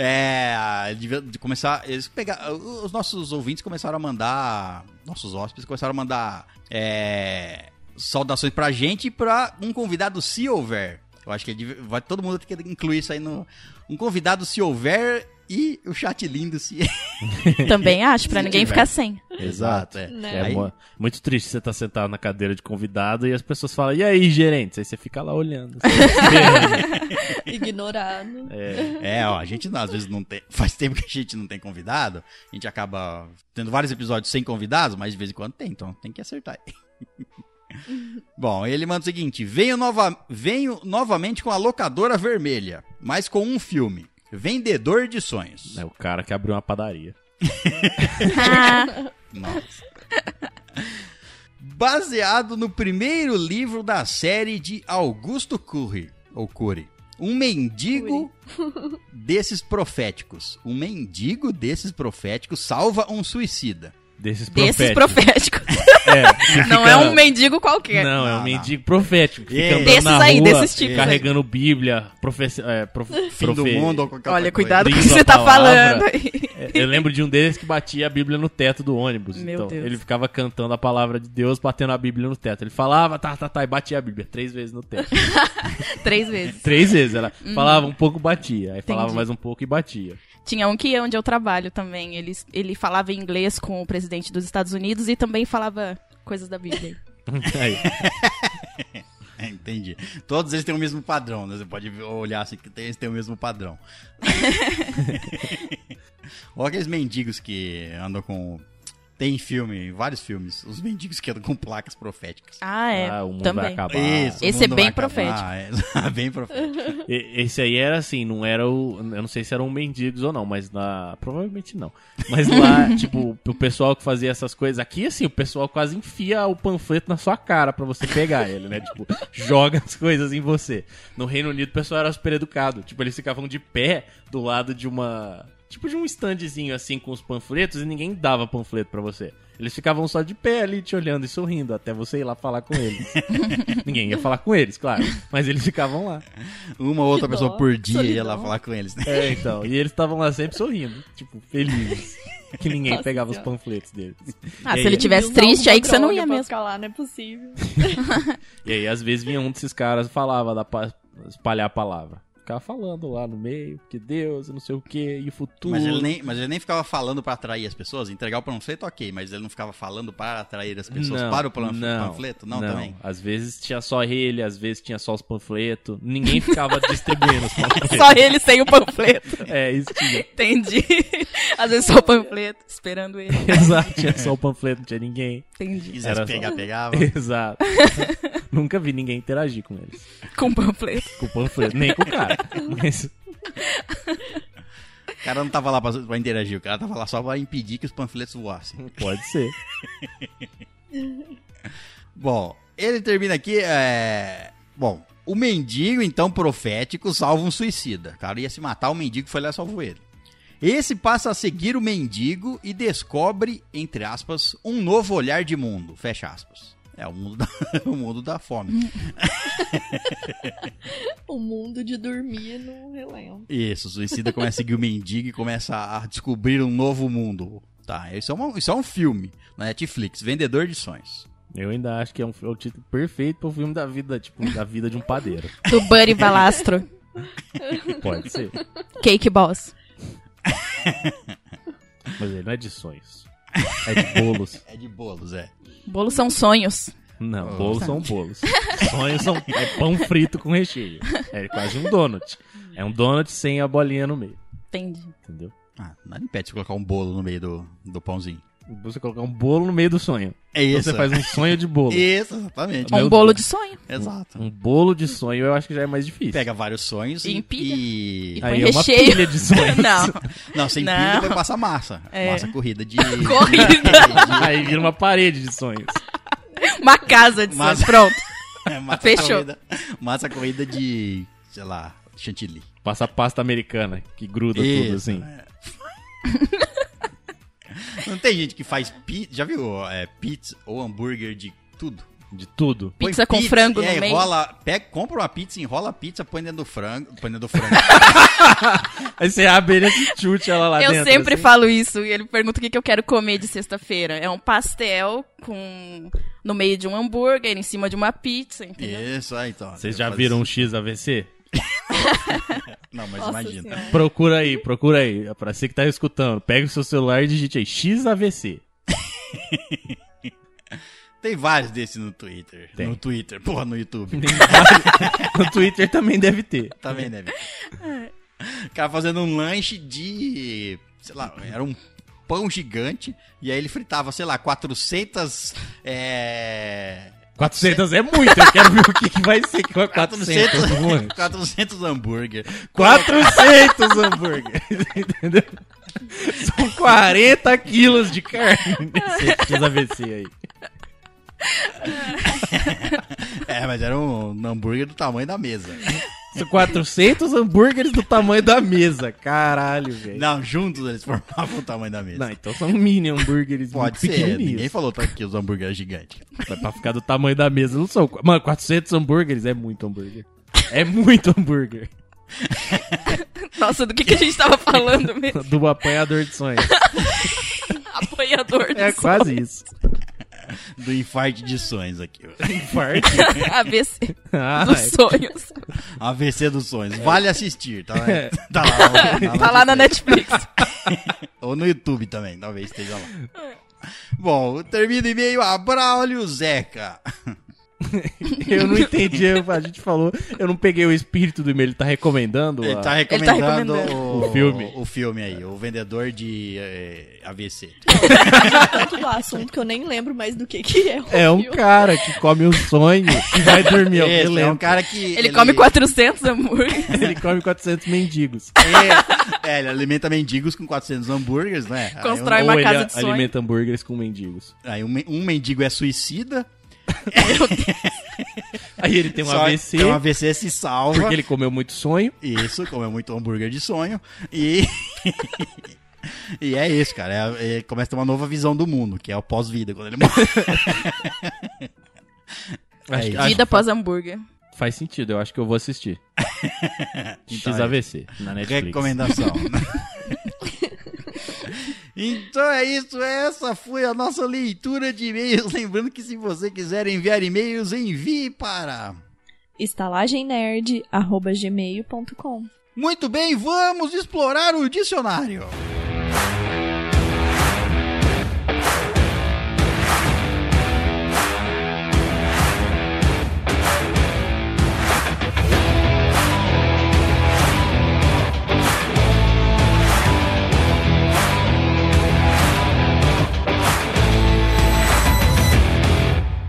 É, devia de começar, eles pegar, os nossos ouvintes começaram a mandar, nossos hóspedes começaram a mandar é, saudações pra gente e pra um convidado se houver. Eu acho que ele devia- vai, todo mundo tem que incluir isso aí no um convidado se houver e o chat lindo se Também acho, pra Se ninguém tiver. ficar sem. Exato, é. Né? É Aí- mo- muito triste você estar sentado na cadeira de convidado e as pessoas falam, e aí, gerente? Aí você fica lá olhando. assim, esperando. Ignorado. É, É, ó, a gente às vezes não tem. Faz tempo que a gente não tem convidado. A gente acaba tendo vários episódios sem convidados, mas de vez em quando tem, então tem que acertar. aí. Bom, ele manda o seguinte: venho, nova... venho novamente com a locadora vermelha, mas com um filme. Vendedor de sonhos. é o cara que abriu uma padaria. Ah, Nossa. Baseado no primeiro livro da série de Augusto Cury, ou Cury. Um mendigo desses proféticos. Um mendigo desses proféticos salva um suicida. Desses desses proféticos. proféticos. É, que Não fica- é um mendigo qualquer. Não, é Não, um não. mendigo profético. que Fica Ei. andando Desses na aí, rua, desses tipos aí. Carregando bíblia, profe... é, prof... Fim do profe- mundo ou qualquer Olha, outra coisa. cuidado com o que Diz a você tá palavra. falando aí. É, Eu lembro de um deles que batia a Bíblia no teto do ônibus. Meu então, Deus. ele ficava cantando a palavra de Deus, batendo a Bíblia no teto. Ele falava, tá, tá, tá, e batia a Bíblia três vezes no teto. Três vezes. três vezes. Ela falava um pouco, batia. Aí falava Uhum. Entendi. mais um pouco e batia. Tinha um que é onde eu trabalho também. Ele, ele falava em inglês com o presidente dos Estados Unidos e também falava coisas da Bíblia. Aí, É, entendi. Todos eles têm o mesmo padrão, né? Você pode olhar assim que tem- eles têm o mesmo padrão. Ou aqueles mendigos que andam com. Tem filme, vários filmes. Os mendigos que andam com placas proféticas. Ah, é. ah, o mundo vai também. acabar. Isso, o Esse é mundo bem vai acabar. É, bem profético. E- Esse aí era assim, não era o. Eu não sei se eram mendigos ou não, mas na. Provavelmente não. Mas lá, tipo, o pessoal que fazia essas coisas. Aqui, assim, o pessoal quase enfia o panfleto na sua cara pra você pegar ele, né? Tipo, joga as coisas em você. No Reino Unido, o pessoal era super educado. Tipo, eles ficavam de pé do lado de uma. Tipo, de um standzinho assim com os panfletos e ninguém dava panfleto pra você. Eles ficavam só de pé ali te olhando e sorrindo até você ir lá falar com eles. ninguém ia falar com eles, claro. Mas eles ficavam lá. Uma ou outra Que pessoa dó, por dia ia solidão. lá falar com eles, né? É, então. E eles estavam lá sempre sorrindo, tipo, felizes. Que ninguém Nossa pegava os Senhora. panfletos deles. Ah, E se aí? ele tivesse Usar triste, alguma aí que você não droga ia pra mesmo. Ficar lá, não é possível. E aí, às vezes, vinha um desses caras e falava da pa- espalhar a palavra. Ficava falando lá no meio, que Deus, não sei o que, e o futuro. Mas ele, nem, mas ele nem ficava falando pra atrair as pessoas, entregar o panfleto, ok, mas ele não ficava falando para atrair as pessoas Não, para o panf- não, panfleto? Não, também. Às vezes tinha só ele, às vezes tinha só os panfletos. Ninguém ficava distribuindo os panfletos. Só ele sem o panfleto. É, isso tinha. Entendi. Às vezes só o panfleto, esperando ele. Exato, tinha só o panfleto, não tinha ninguém. Entendi. Quisesse Era só- pegar, pegava. Exato. Nunca vi ninguém interagir com eles. Com o panfleto. Com o panfleto, nem com o cara. Mas O cara não tava lá pra, pra interagir, o cara tava lá só pra impedir que os panfletos voassem. pode ser. Bom, ele termina aqui. É... Bom, o mendigo, então profético, salva um suicida. O cara ia se matar, o mendigo foi lá e salvou ele. Esse passa a seguir o mendigo e descobre, entre aspas, um novo olhar de mundo. Fecha aspas. É o mundo da, o mundo da fome. O mundo de dormir no relento. Isso, o suicida começa a seguir o mendigo e começa a descobrir um novo mundo. Tá, isso é, uma, isso é um filme na Netflix, Vendedor de Sonhos. Eu ainda acho que é, um, é o título perfeito pro filme da vida, tipo, da vida de um padeiro. Do Buddy Valastro. Pode ser. Cake Boss. Mas ele não é de sonhos. É de bolos. É de bolos, é. Bolos são sonhos. Oh. Não, bolos são bolos. Sonhos são é pão frito com recheio. É quase um donut. É um donut sem a bolinha no meio, Entendi. entendeu? Ah, nada impede você colocar um bolo no meio do, do pãozinho. Você colocar um bolo no meio do sonho. É Então isso. você faz um sonho de bolo. Isso, exatamente. É um Meu bolo Deus. de sonho. Exato. Um bolo de sonho eu acho que já é mais difícil. Pega vários sonhos E e. empilha. e- E Aí põe é uma recheio. pilha de sonhos. Não. Não, sem Não. empilha depois passa massa. É. Massa corrida de. É, Corrida. Aí vira uma parede de sonhos. Uma casa de Mas- sonho. Pronto. É, massa Fechou. Corrida, massa corrida de. sei lá, chantilly. Passa pasta americana que gruda tudo Isso, assim. é. Não tem gente que faz pizza. Já viu? É, pizza ou hambúrguer de tudo. De tudo. Põe Pizza com frango é, no meio. Enrola, pega, compra uma pizza, enrola a pizza, põe dentro do frango. Põe dentro do frango. Aí você abre esse chute ela lá eu dentro. sempre assim. falo isso. E ele pergunta o que, que eu quero comer de sexta-feira. É um pastel com no meio de um hambúrguer, em cima de uma pizza, entendeu? Isso, aí então. Vocês já Faz- viram um X AVC? Não, mas Nossa imagina. Senhora. Procura aí, procura aí. Pra você que tá escutando, pega o seu celular e digite aí XAVC. Tem vários desses no Twitter. Tem. No Twitter, porra, no YouTube. No Twitter também deve ter. Também deve. O né, cara fazendo um lanche de. Sei lá, era um pão gigante. E aí ele fritava, sei lá, 400. É. 400 é muito, eu quero ver o que, que vai ser com a 400. 400, 400 hambúrguer. 400 hambúrguer. Entendeu? São 40 quilos de carne nesse XAVC aí. É, mas era um hambúrguer do tamanho da mesa. São 400 hambúrgueres do tamanho da mesa. Caralho, velho. Não, juntos eles formavam o tamanho da mesa. Não, então são mini hambúrgueres Pode muito ser, pequenininhos. ninguém falou que os hambúrgueres gigantes. Mas pra ficar do tamanho da mesa, não são. Mano, 400 hambúrgueres é muito hambúrguer. É muito hambúrguer. Nossa, do que, que a gente tava falando mesmo? Do apanhador de sonhos. Apoiador de É quase isso. Do infarte de sonhos aqui. ó. Infarto. ABC Ah, dos é. sonhos. AVC dos sonhos. Vale assistir, tá? É. Tá lá, Tá lá na Netflix. Ou no YouTube também, talvez esteja lá. Bom, termina o e-mail a Braulio Zeca. eu não entendi. eu- A gente falou. Eu não peguei o espírito do e-mail. Ele tá recomendando. Ele a- tá tá recomendando, recomendando. o, O filme. O filme aí, o vendedor de eh, AVC. é Tanto do assunto que eu nem lembro mais do que que é. o É um filme. cara que come um sonho e vai dormir. Esse Ele, é um cara que. Ele come 400 hambúrgueres. ele come 400 mendigos. É, é, ele alimenta mendigos com 400 hambúrgueres, né? Aí um- Constrói- Vai Ou uma ele casa a- de sonho. alimenta hambúrgueres com mendigos. Aí um, men- um mendigo é suicida. Aí ele tem um só- AVC, Tem um AVC se salva. porque ele comeu muito sonho. Isso, como é muito hambúrguer de sonho. E. e é isso, cara. É- é- começa a ter uma nova visão do mundo, que é o pós-vida, quando ele morre. Acho, que- isso. acho Vida após hambúrguer. que faz sentido, eu acho que eu vou assistir. Então é XAVC, na Netflix. Recomendação. então é isso, essa foi a nossa leitura de e-mails. Lembrando que se você quiser enviar e-mails, envie para. estalagemnerd.gmail.com Muito bem, vamos explorar o dicionário.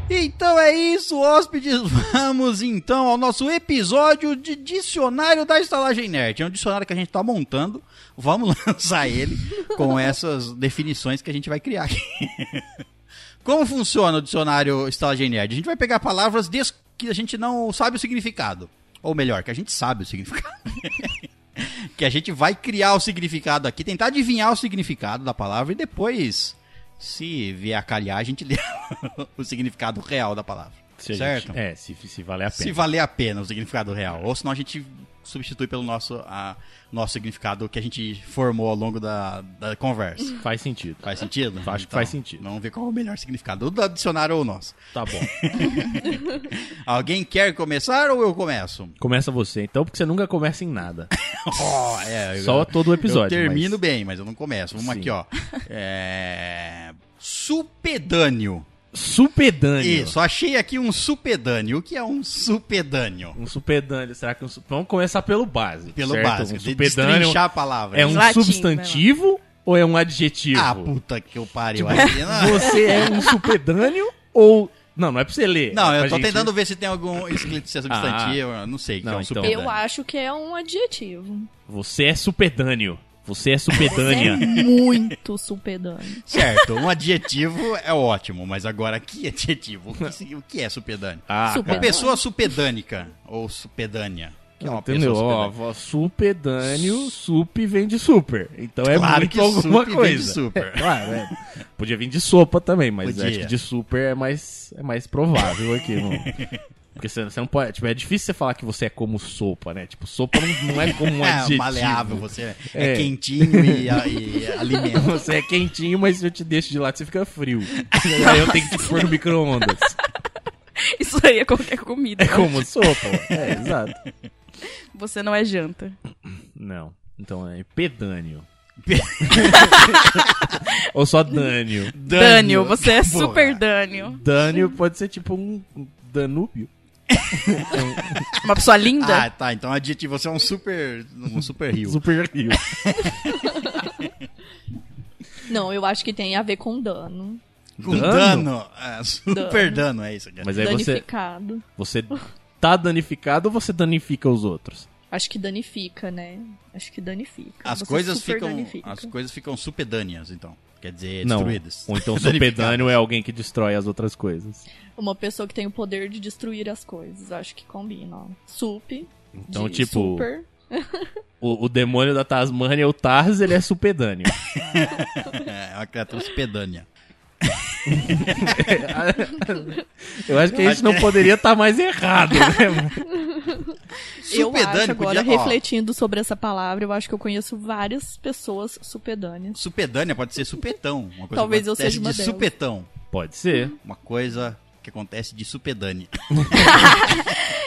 Então é isso, hóspedes. Vamos então ao nosso episódio de Dicionário da Estalagem Nerd. É um dicionário que a gente tá montando. Vamos lançar ele com essas definições que a gente vai criar aqui. Como funciona o dicionário Estalagem Nerd? A gente vai pegar palavras des- que a gente não sabe o significado. Ou melhor, que a gente sabe o significado. que a gente vai criar o significado aqui, tentar adivinhar o significado da palavra e depois, se vier a calhar, a gente lê o significado real da palavra. Se a certo? gente- é, se, se valer a pena. Se valer a pena o significado real. Ou senão a gente substitui pelo nosso, a- nosso significado que a gente formou ao longo da, da conversa. Faz sentido. Faz sentido? Acho que faz sentido. Vamos ver qual é o melhor significado, o do dicionário ou o nosso. Tá bom. Alguém quer começar ou eu começo? Começa você, então, porque você nunca começa em nada. Oh, é, eu- Só todo o episódio. Eu termino mas- bem, mas eu não começo. Vamos Sim. aqui, ó. É... Supedâneo. supedâneo. Isso, achei aqui um supedâneo. O que é um supedâneo? Um supedâneo, será que um su- Vamos começar pelo básico. Pelo certo? básico, um de supedâneo destrinchar a palavra. é um Latim, substantivo ou é um adjetivo? Ah, puta que eu pariu. Tipo Aí, né? não. Você é um supedâneo ou. Não, não é pra você ler. Não, é eu pra tô gente- tentando ver se tem algum escrito se é substantivo, eu não sei o que Não, é um então. supedâneo. Eu acho que é um adjetivo. Você é supedâneo. Você é É supedânea. muito supedâneo. Certo, um adjetivo é ótimo, mas agora que adjetivo? O que, se- o que é supedâneo? Ah, Super- Uma pessoa supedânica ou supedânea. Que é uma Entendeu? pessoa Ó, supedânea. ó, supedâneo, sup vem de super. Então é Claro muito que alguma sup vem de coisa. super. É, claro, é. Podia vir de sopa também, mas Podia. acho que de super é mais, é mais provável aqui, mano. Porque você, você não pode. Tipo, é difícil você falar que você é como sopa, né? Tipo, sopa não, não é como um é adjetivo. maleável, você é, É. quentinho e, a- e alimenta. Você é quentinho, mas se eu te deixo de lado, você fica frio. Aí eu tenho que te pôr no micro-ondas. Isso aí é qualquer comida. É como sopa. É, exato. Você não é janta. Não. Então é pedâneo. Ou só dânio. Dânio, você é Boa. super dânio. Dânio pode ser tipo um Danúbio. Uma pessoa linda? Ah, tá. Então adjetivo, você é um super. um super rio. Super rio. Não, eu acho que tem a ver com dano. Um dano. é, super dano, é isso. Cara. Mas aí você, Danificado. você tá danificado ou você danifica os outros? Acho que danifica, né? Acho que danifica. as Você é coisas super ficam. danifica. As coisas ficam supedâneas, então. Quer dizer, Não. destruídas. Ou então Danificadas. supedâneo é alguém que destrói as outras coisas. Uma pessoa que tem o poder de destruir as coisas. Acho que combina, ó. Sup. Então, de tipo, Super. o, o demônio da Tasmânia, o Tars, ele é supedâneo. É, é uma criatura supedânea. Eu acho que a gente não poderia estar mais errado, né? Eu acho Supedâneo agora, podia. ó, refletindo sobre essa palavra, eu acho que eu conheço várias pessoas supedâneas. supedânea pode ser supetão. Uma coisa Talvez que eu acontece seja uma de delas. supetão. Pode ser. Uma coisa que acontece de supedânea.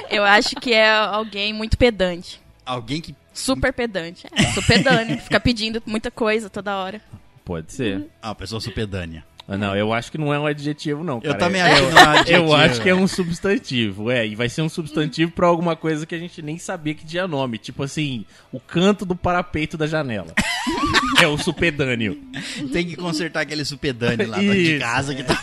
Eu acho que é alguém muito pedante. Alguém que. Super pedante. É, sou pedâneo. Fica pedindo muita coisa toda hora. Pode ser. Ah, uma pessoa supedânea. Ah, Não, eu acho que não é um adjetivo, não. eu cara. também acho que não é um Eu adjetivo. acho que é um substantivo, é, e vai ser um substantivo pra alguma coisa que a gente nem sabia que tinha nome, tipo assim, o canto do parapeito da janela. é o supedâneo. Tem que consertar aquele supedâneo lá de um- Isso. casa que tá.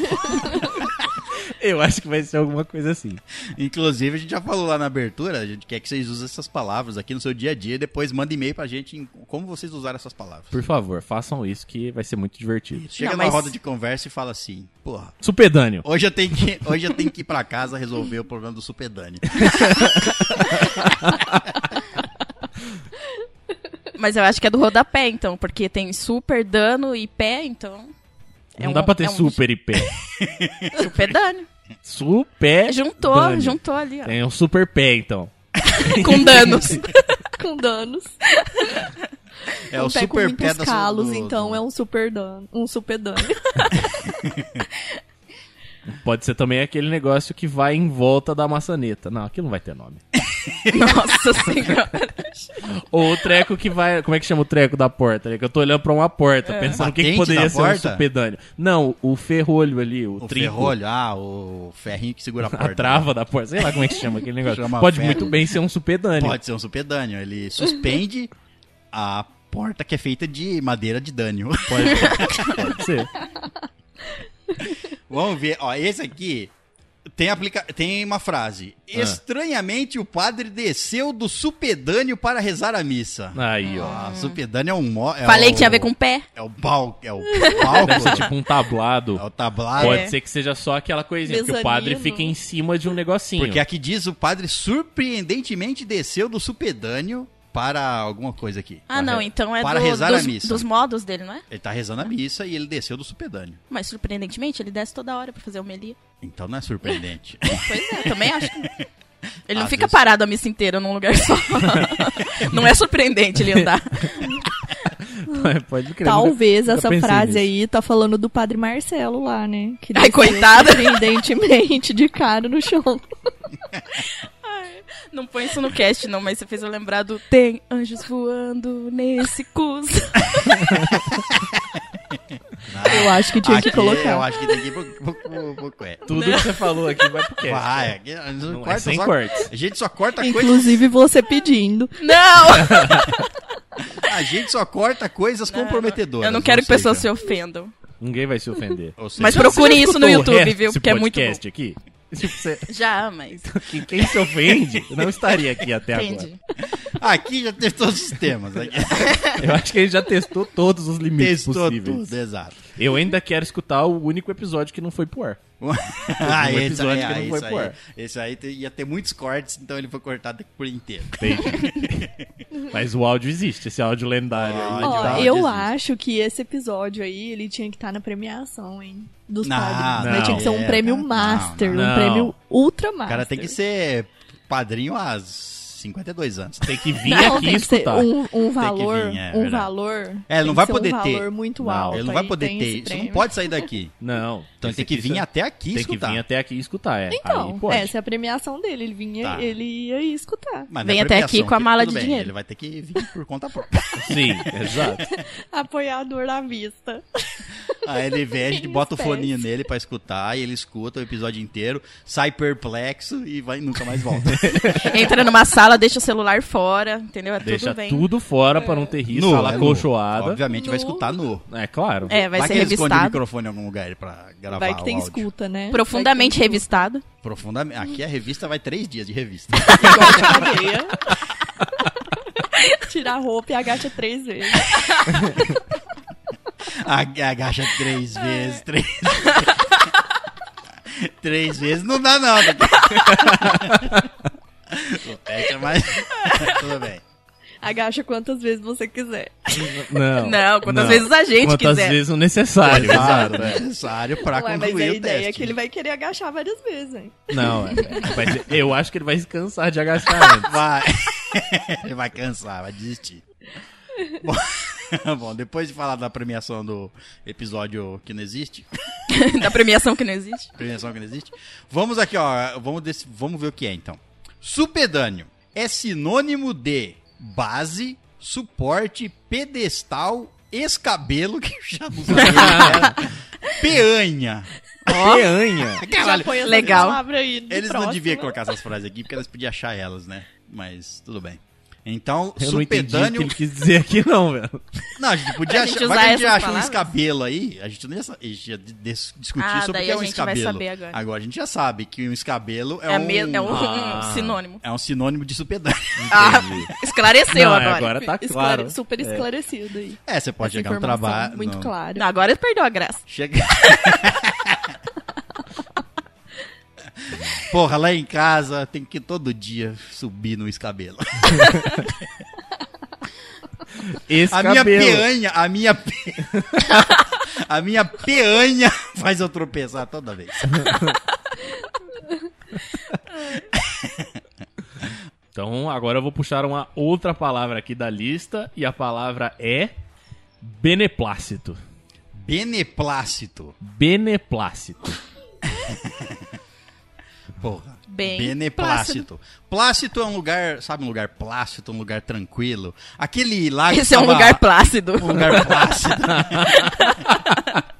Eu acho que vai ser alguma coisa assim. Inclusive, a gente já falou lá na abertura, a gente quer que vocês usem essas palavras aqui no seu dia a dia e depois manda e-mail pra gente em como vocês usaram essas palavras. Por favor, façam isso que vai ser muito divertido. Chega Não, na mas- roda de conversa e fala assim, porra, Supedâneo. hoje eu tenho que, hoje eu tenho que ir pra casa resolver o problema do supedâneo. Mas eu acho que é do rodapé, então, porque tem super dano e pé, então. é não um- dá pra ter é um super e pé. Super dano. É, Super. juntou, dâneo. juntou ali, ó. Tem um super pé, então. Com danos. Com danos. É um o pé com super pé muitos da calos, do- então é um super dano. Um supedâneo. Pode ser também aquele negócio que vai em volta da maçaneta. Não, aquilo não vai ter nome. Nossa senhora. Ou o treco que vai. Como é que chama o treco da porta? né? Que eu tô olhando pra uma porta, É. pensando o que, Batente que poderia da ser um porta? supedâneo. Não, o ferrolho ali, o, O trinco, ferrolho, ah, o ferrinho que segura a a porta. trava da porta. Sei lá como é que chama aquele negócio. Chama Pode ferro. muito bem ser um supedâneo. Pode ser um supedâneo, ele suspende a porta que é feita de madeira de dânio. Pode, pode ser. Vamos ver, ó, esse aqui tem, aplica... tem uma frase. Ah. Estranhamente, o padre desceu do supedâneo para rezar a missa. Aí, ó. Ah, supedâneo é um... Mo... é Falei o- que tinha a ver com pé. É o palco, é o palco, Deve ser tipo um tablado. é o tablado. Pode ser que seja só aquela coisinha, porque o padre Mezanino. fica em cima de um negocinho. É. Porque aqui diz o padre surpreendentemente desceu do supedâneo para alguma coisa aqui. Ah, não, então é Para do- rezar dos, a missa. dos modos dele, não é? Ele tá rezando a missa e ele desceu do supedâneo. Mas surpreendentemente, ele desce toda hora pra fazer homilia. Então não é surpreendente. Pois é, também acho. que- Ele não Às fica vezes- parado a missa inteira num lugar só. não é surpreendente ele andar. pode crer. Talvez nunca essa pensei frase nisso. aí tá falando do padre Marcelo lá, né? Que Ai, desceu coitada. Surpreendentemente de cara no chão. Não põe isso no cast, não, mas você fez eu lembrar do Tem anjos voando nesse cus. Eu acho que tinha que Aqui, é, colocar. Eu acho que tem que ir pro, pro, pro, pro corte. Tudo né? que você falou aqui vai pro cast. Vai, aqui, não É. Não é corta, sem só- cortes. A gente só corta coisas. Inclusive você pedindo. Não! A gente só corta coisas comprometedoras. Eu não quero ou que pessoas se seja- ofendam. Ninguém vai se ofender. ou seja, Mas procure isso no Escutou o YouTube, resto viu? desse Porque é muito bom. podcast aqui? Se você- Já, mas. Quem, quem se ofende não estaria aqui até agora. Entendi. Aqui já testou todos os temas. Aqui É Eu acho que ele já testou todos os limites testou possíveis. tudo, exato. Eu ainda quero escutar o único episódio que não foi pro ar. ah, um esse aí, episódio que ah, não foi esse, pro aí, ar. esse aí te- ia ter muitos cortes, então ele foi cortado por inteiro. Mas o áudio existe, esse áudio lendário. aí. Tá. Áudio, Ó, áudio eu existe. acho que esse episódio aí, ele tinha que estar na premiação, hein? Dos Não, padrinhos, né? não. Tinha que ser um É, prêmio cara, master, não, não. um prêmio ultra Ah, master. O cara tem que ser padrinho há 52 anos. Tem que vir não, aqui tem que ser escutar. um, um valor, vir, é um verdade. valor. É, ele não tem vai que ser poder um ter. valor muito Não, alto. Ele não vai aí, poder tem ter esse isso. Não prêmio. pode sair daqui. Não. Então ele tem que vir até até aqui Tem escutar. que vir até aqui escutar, é. Então, Aí pode. essa é a premiação dele. Ele vinha, Tá. ele ia escutar. Mas Vem na até aqui premiação, com a tudo mala de bem, dinheiro. Ele vai ter que vir por conta própria. Sim, exato. Apoiador à vista. Aí ele vem, a gente bota o espécie. foninho nele pra escutar, e ele escuta o episódio inteiro, sai perplexo e vai nunca mais volta. Entra numa sala, deixa o celular fora, entendeu? É Deixa tudo bem. tudo fora pra não ter risco, Nu, sala é nu. colchoada. Obviamente vai Nu. escutar nu. É claro. É, vai, ser que ele esconde o revistado. microfone em algum lugar pra gravar Vai que o tem áudio. escuta, né? Profundamente Vai que tem revistado. Profundamente. Aqui a revista vai três dias de revista. escuta. Tira a roupa e agacha três vezes. Ag- Agacha três vezes, três vezes. Três vezes não dá, não. né? O teste é mais. Tudo bem. Agacha quantas vezes você quiser. Não. Não, quantas vezes a gente Quantas quiser. vezes o necessário, exato. Claro, é. necessário pra Ué, mas concluir a o ideia Tá teste. é que ele vai querer agachar várias vezes, hein? Não, é, é, vai ser- eu acho que ele vai se cansar de né? agachar antes. Vai. Ele vai cansar, vai desistir. Bom, bom, depois de falar da premiação do episódio que não existe, da premiação que não existe. premiação que não existe, vamos aqui, ó, vamos, desse- vamos ver o que é então. Supedâneo é sinônimo de base, suporte, pedestal, escabelo, que eu já não sabia o que era, peanha. é Peanha. Caralho, Já foi essa legal. palavra aí de eles não próxima. deviam colocar essas frases aqui, porque elas podiam achar elas, né? Mas tudo bem. Então, Eu não entendi o que supedâneo ele quis dizer aqui, não, velho. Não, a gente podia A gente achar. Vai usar que a gente essas acha um palavras? escabelo aí, a gente não ia, sa- a gente ia de- des- discutir Ah, sobre o daí que é a um gente vai escabelo. saber agora. a gente já sabe que um escabelo é, É, a um, me- é um, Ah. um sinônimo. é um sinônimo de supedâneo. Ah, esclareceu Não, é agora. agora tá Esclare- claro. Super esclarecido aí. É, você pode Essa chegar no informação trabalho. Muito no- claro. Não, agora perdeu a graça. Chega. Porra, lá em casa tem que todo dia subir no escabelo. Esse A minha cabelo. peanha, a minha pe... A minha peanha faz eu tropeçar toda vez. Então, agora eu vou puxar uma outra palavra aqui da lista e a palavra é beneplácito. Beneplácito. Beneplácito. Porra. Bem Beneplácito. Plácito. é um lugar, sabe, um lugar plácido, um lugar tranquilo. Aquele lá que Esse é um tava- lugar plácido. um lugar plácido.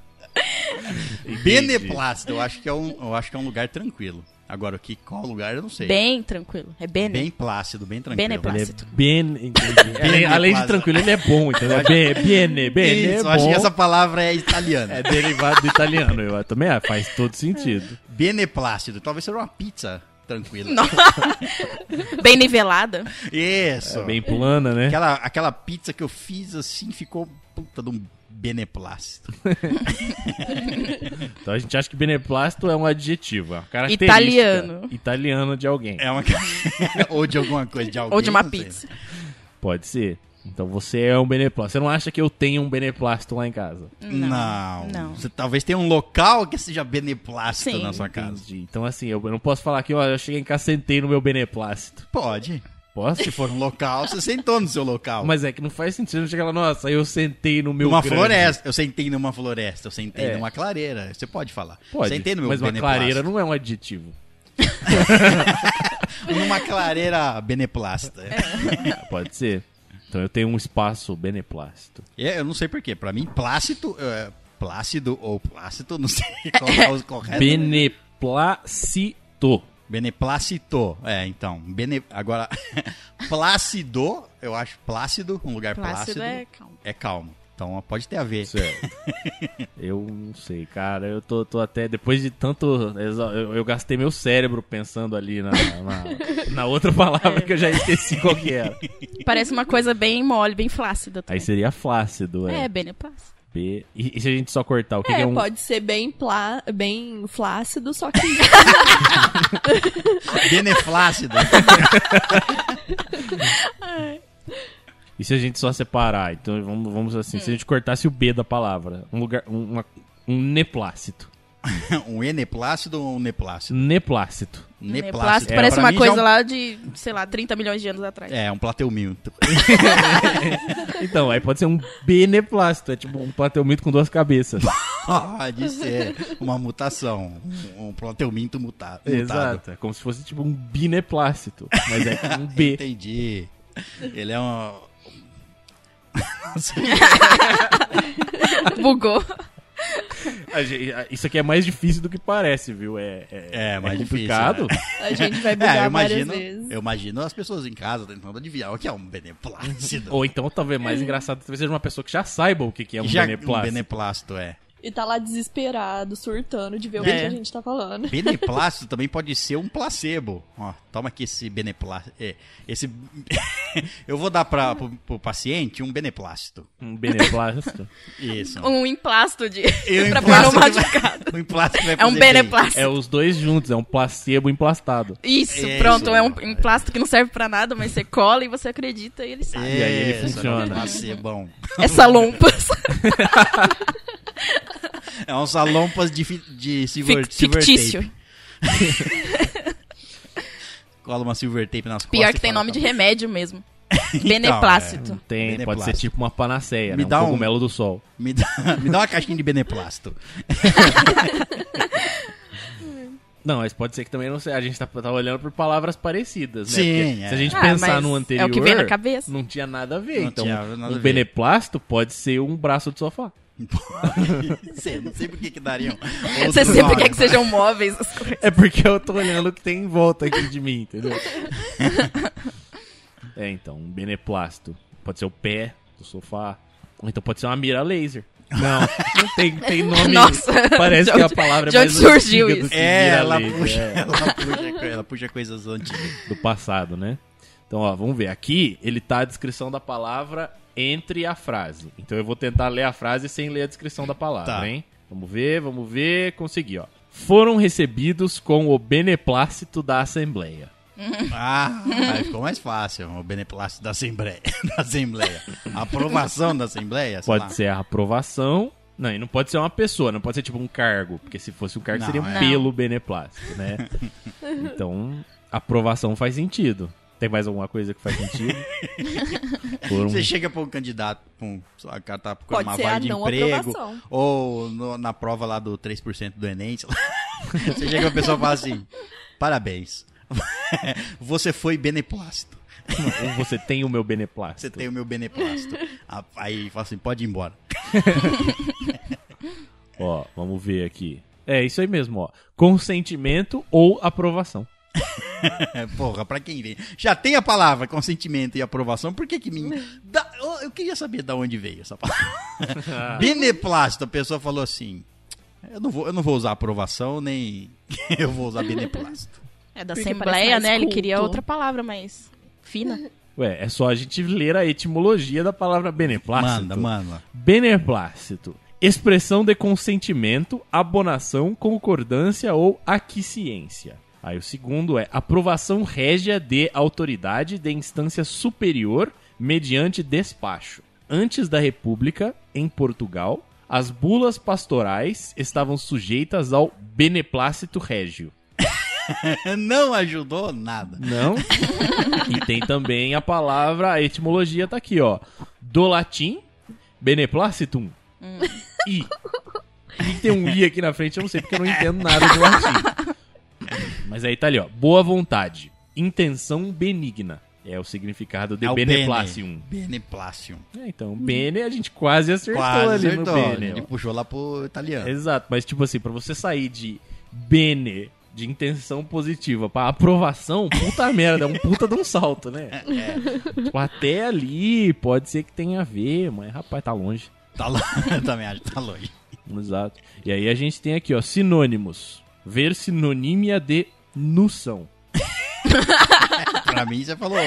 Beneplácito, eu acho que é um, eu acho que é um lugar tranquilo. Agora o que qual lugar eu não sei. Bem tranquilo. É bem, Bem plácido, bem tranquilo. Beneplácito. Ele é bene... entendi. Além- Além de Beneplácito. tranquilo, ele é bom, entendeu? É bene, bene, bene é Isso, eu acho bom. que essa palavra é italiana. É derivado do italiano, eu também ah, faz todo sentido. Beneplácido, é talvez seja uma pizza tranquila. bem nivelada. Isso. É bem plana, né? Aquela, aquela pizza que eu fiz assim ficou puta de um beneplácito. Então a gente acha que beneplácito é um adjetivo, é uma característica Italiano. italiana de alguém. É uma ou de alguma coisa de alguém. Ou de uma não sei. pizza. Pode ser. Então você é um beneplácito. Você não acha que eu tenho um beneplácito lá em casa? Não. não. Você talvez tenha um local que seja beneplácito Sim. na sua casa. Entendi. Então assim, eu não posso falar que ó, eu cheguei em casa sentei no meu beneplácito. Pode. Posso? Se for um local, você sentou no seu local. Mas é que não faz sentido eu chegar lá, nossa, eu sentei no meu Numa grande. floresta. Eu sentei numa floresta, eu sentei É. numa clareira. Você pode falar. Pode, Sentei no meu mas uma clareira beneplácito. não é um adjetivo. Numa clareira beneplasta. Ah, Pode ser. Então eu tenho um espaço beneplácito. É, eu não sei porquê. Pra mim, plácito, é, Plácido ou Plácido, não sei qual é o correto. Beneplacito. Beneplácito. É, então. Bene... Agora, Plácido, eu acho Plácido, um lugar Plácido plácido, é é... calmo. calmo. Então pode ter a ver. Sério. eu não sei, cara. Eu tô, tô até. Depois de tanto. exa- Eu, eu gastei meu cérebro pensando ali na, na, na outra palavra que eu É. já esqueci qual que era. Parece uma coisa bem mole, bem flácida Aí também. seria flácido, é. É, beneplácito. B- E, e se a gente só cortar, o que, que É, é um. pode ser bem, plá, bem flácido, só que Beneflácido. E se a gente só separar? Então vamos, vamos assim, se a gente cortasse o B da palavra, um lugar. Um, uma- um neplácito. um eneplácido ou um neplácido? Neplácito. Neplácido. Um parece pra uma mim já é coisa um- lá de, sei lá, 30 milhões de anos atrás. É, um plateuminho. Então, aí pode ser um beneplácito. É tipo um plateuminto com duas cabeças. Pode ser uma mutação. Um, um plateuminto muta- mutado. Exato. É como se fosse tipo um bineplácito. Mas é com um B. Entendi. Ele é um. Bugou. A gente- a- Isso aqui é mais difícil do que parece, viu? É, é, É, mais complicado. a gente vai bugar É, eu várias imagino, vezes. eu imagino as pessoas em casa tentando adivinhar o que é um beneplácido. Ou então, talvez mais engraçado, talvez seja uma pessoa que já saiba o que que é um Já- beneplácito. Um beneplácito, é. E tá lá desesperado, surtando de ver o que É. a gente tá falando. Beneplácito também pode ser um placebo. Ó, toma aqui esse beneplácito. é, esse... eu vou dar pra, pro, pro paciente um beneplácito. Um beneplácito. Isso. Um emplasto de... E um pra pôr no emplácito que vai- machucado. um emplácito que vai É um fazer bem. beneplácito. é os dois juntos, é um placebo emplastado. Isso, É pronto. isso. É um emplasto que não serve pra nada, mas você cola e você acredita e ele sai. E aí ele Isso, é um funciona. placebão. É salompas. É um salompas de, fi- de silver, Fic- silver fictício. tape. Cola uma silver tape nas costas. Pior que e tem fala, nome de "Tá remédio mesmo. Então, é. Beneplácito. Não tem, pode ser Beneplácito. tipo uma panaceia, Me né? dá um um- cogumelo do sol. Me dá, me dá uma caixinha de beneplácito. Não, mas pode ser que também não seja. A gente tá, tá olhando por palavras parecidas, né? Sim, Porque é. Se a gente Ah, pensar mas no é o que anterior. vem na cabeça. Não tinha nada a ver. Não então, tinha nada a um ver. beneplasto pode ser um braço de sofá. Não sei, não sei por que que dariam. Você outros sempre nomes, quer que sejam móveis as coisas. É porque eu tô olhando o que tem em volta aqui de mim, entendeu? é, então, um beneplácito. Pode ser o pé do sofá. Ou então pode ser uma mira laser. Não, não tem, tem nome. Nossa. Parece De que a onde- palavra de é onde mais surgiu antiga do isso? que É, mira ela laser, puxa, é, ela puxa, co- ela puxa coisas antigas. do passado, né? Então, ó, vamos ver. Aqui ele tá a descrição da palavra entre a frase. Então eu vou tentar ler a frase sem ler a descrição da palavra, Tá. hein? Vamos ver, vamos ver. Consegui, ó. Foram recebidos com o beneplácito da Assembleia. Ah, aí ficou mais fácil. O beneplácito da Assembleia. Da Assembleia. A aprovação da Assembleia. sei Pode lá. ser a aprovação. Não, e não pode ser uma pessoa, não pode ser tipo um cargo, porque se fosse um cargo Não, seria um é. pelo beneplácito, né? então, aprovação faz sentido. Tem mais alguma coisa que faz sentido? Por um- Você chega pra um candidato, com a cara tá com Pode uma ser a vaga de não emprego. aprovação. Ou no- na prova lá do 3% do Enem. sei lá. Você chega e a pessoa fala assim: parabéns. Você foi beneplácito. ou um, você tem o meu beneplácito. Você tem o meu beneplácito. Ah, Aí fala assim: pode ir embora. Ó, vamos ver aqui. É, isso aí mesmo, ó. Consentimento ou aprovação. É, porra, pra quem vem. Já tem a palavra consentimento e aprovação, por que que me. Da- Eu- Eu queria saber da onde veio essa palavra. Tá. beneplácito, a pessoa falou assim: eu não vou, eu não vou usar aprovação, nem eu vou usar beneplácito. É da Porque parece Assembleia, mais né? Ele culto. queria outra palavra mais fina. Ué, é só a gente ler a etimologia da palavra beneplácito. Manda, manda. Beneplácito. Expressão de consentimento, abonação, concordância ou aquiciência. Aí o segundo é aprovação régia de autoridade de instância superior mediante despacho. Antes da República, em Portugal, as bulas pastorais estavam sujeitas ao beneplácito régio. Não ajudou nada. Não? e tem também a palavra, a etimologia tá aqui, ó. Do latim, beneplacitum. I. Por que que tem um i aqui na frente? Eu não sei, porque eu não entendo nada do latim. Mas aí tá ali, ó. Boa vontade. Intenção benigna. É o significado de É o Beneplacium. Beneplacium. É, então, Bene a gente quase acertou Quase ali acertou. né? no Bene. Ele puxou lá pro italiano. Exato, mas tipo assim, pra você sair de Bene, de intenção positiva, pra aprovação, puta merda, é um puta de um salto, É, né? Tipo, até ali pode ser que tenha a ver, mas rapaz, tá longe. Tá longe, também acho, que tá longe. Exato. E aí a gente tem aqui, ó, sinônimos. Ver sinonímia de nução. Pra mim você falou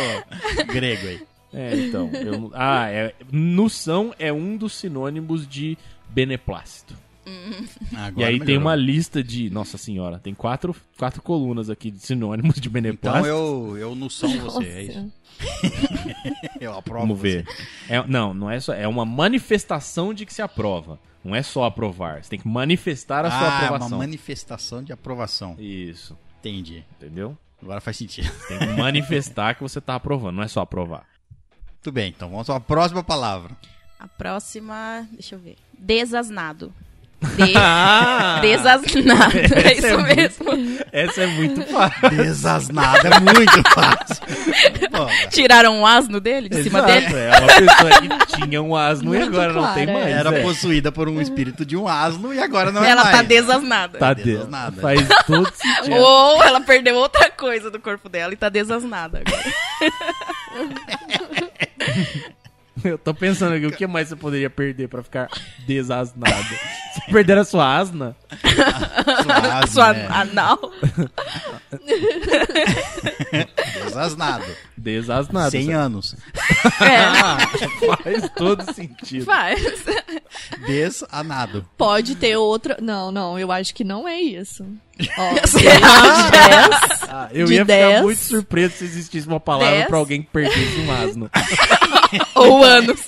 grego aí. É, então. eu não- ah, é, nução é um dos sinônimos de beneplácito. Agora e aí tem melhorou. uma lista de. Nossa senhora, tem quatro, quatro colunas aqui de sinônimos de Então beneplácito. eu, eu não sou você, é isso. Eu aprovo Vamos ver. É- não, não é só. É uma manifestação de que se aprova. Não é só aprovar. Você tem que manifestar Para a sua ah, uma aprovação. manifestação de aprovação. Isso, Entendi. entendeu? Agora faz sentido. Tem que manifestar que você tá aprovando, não é só aprovar. Muito bem, então vamos à próxima palavra. A próxima, deixa eu ver. Desasnado. De- Ah! Desasnado. É Essa é isso muito- mesmo. Essa é muito fácil. Desasnada, é muito fácil. Bom, Tiraram um asno dele, de cima Exato, dele. É uma pessoa que tinha um asno e Muito agora não tem clara, mais. era é. possuída por um espírito de um asno e agora não é Ela mais. tá desasnada. Tá Deus, dentro. nada. Faz todo sentido. Ou ela perdeu outra coisa do corpo dela e tá desasnada agora. Eu tô pensando aqui, o que mais você poderia perder pra ficar desasnado? Você perder a sua asna? Sua asno, Sua é. anal. Desasnado. Desasnado. 100 anos. É, Faz todo sentido. faz. Desanado. Pode ter outra. Não, não, eu acho que não é isso. Ó, Assim, Ah, eu De ia ficar dez. muito surpreso se existisse uma palavra Dez. pra alguém que perdesse um asno. Ou anos.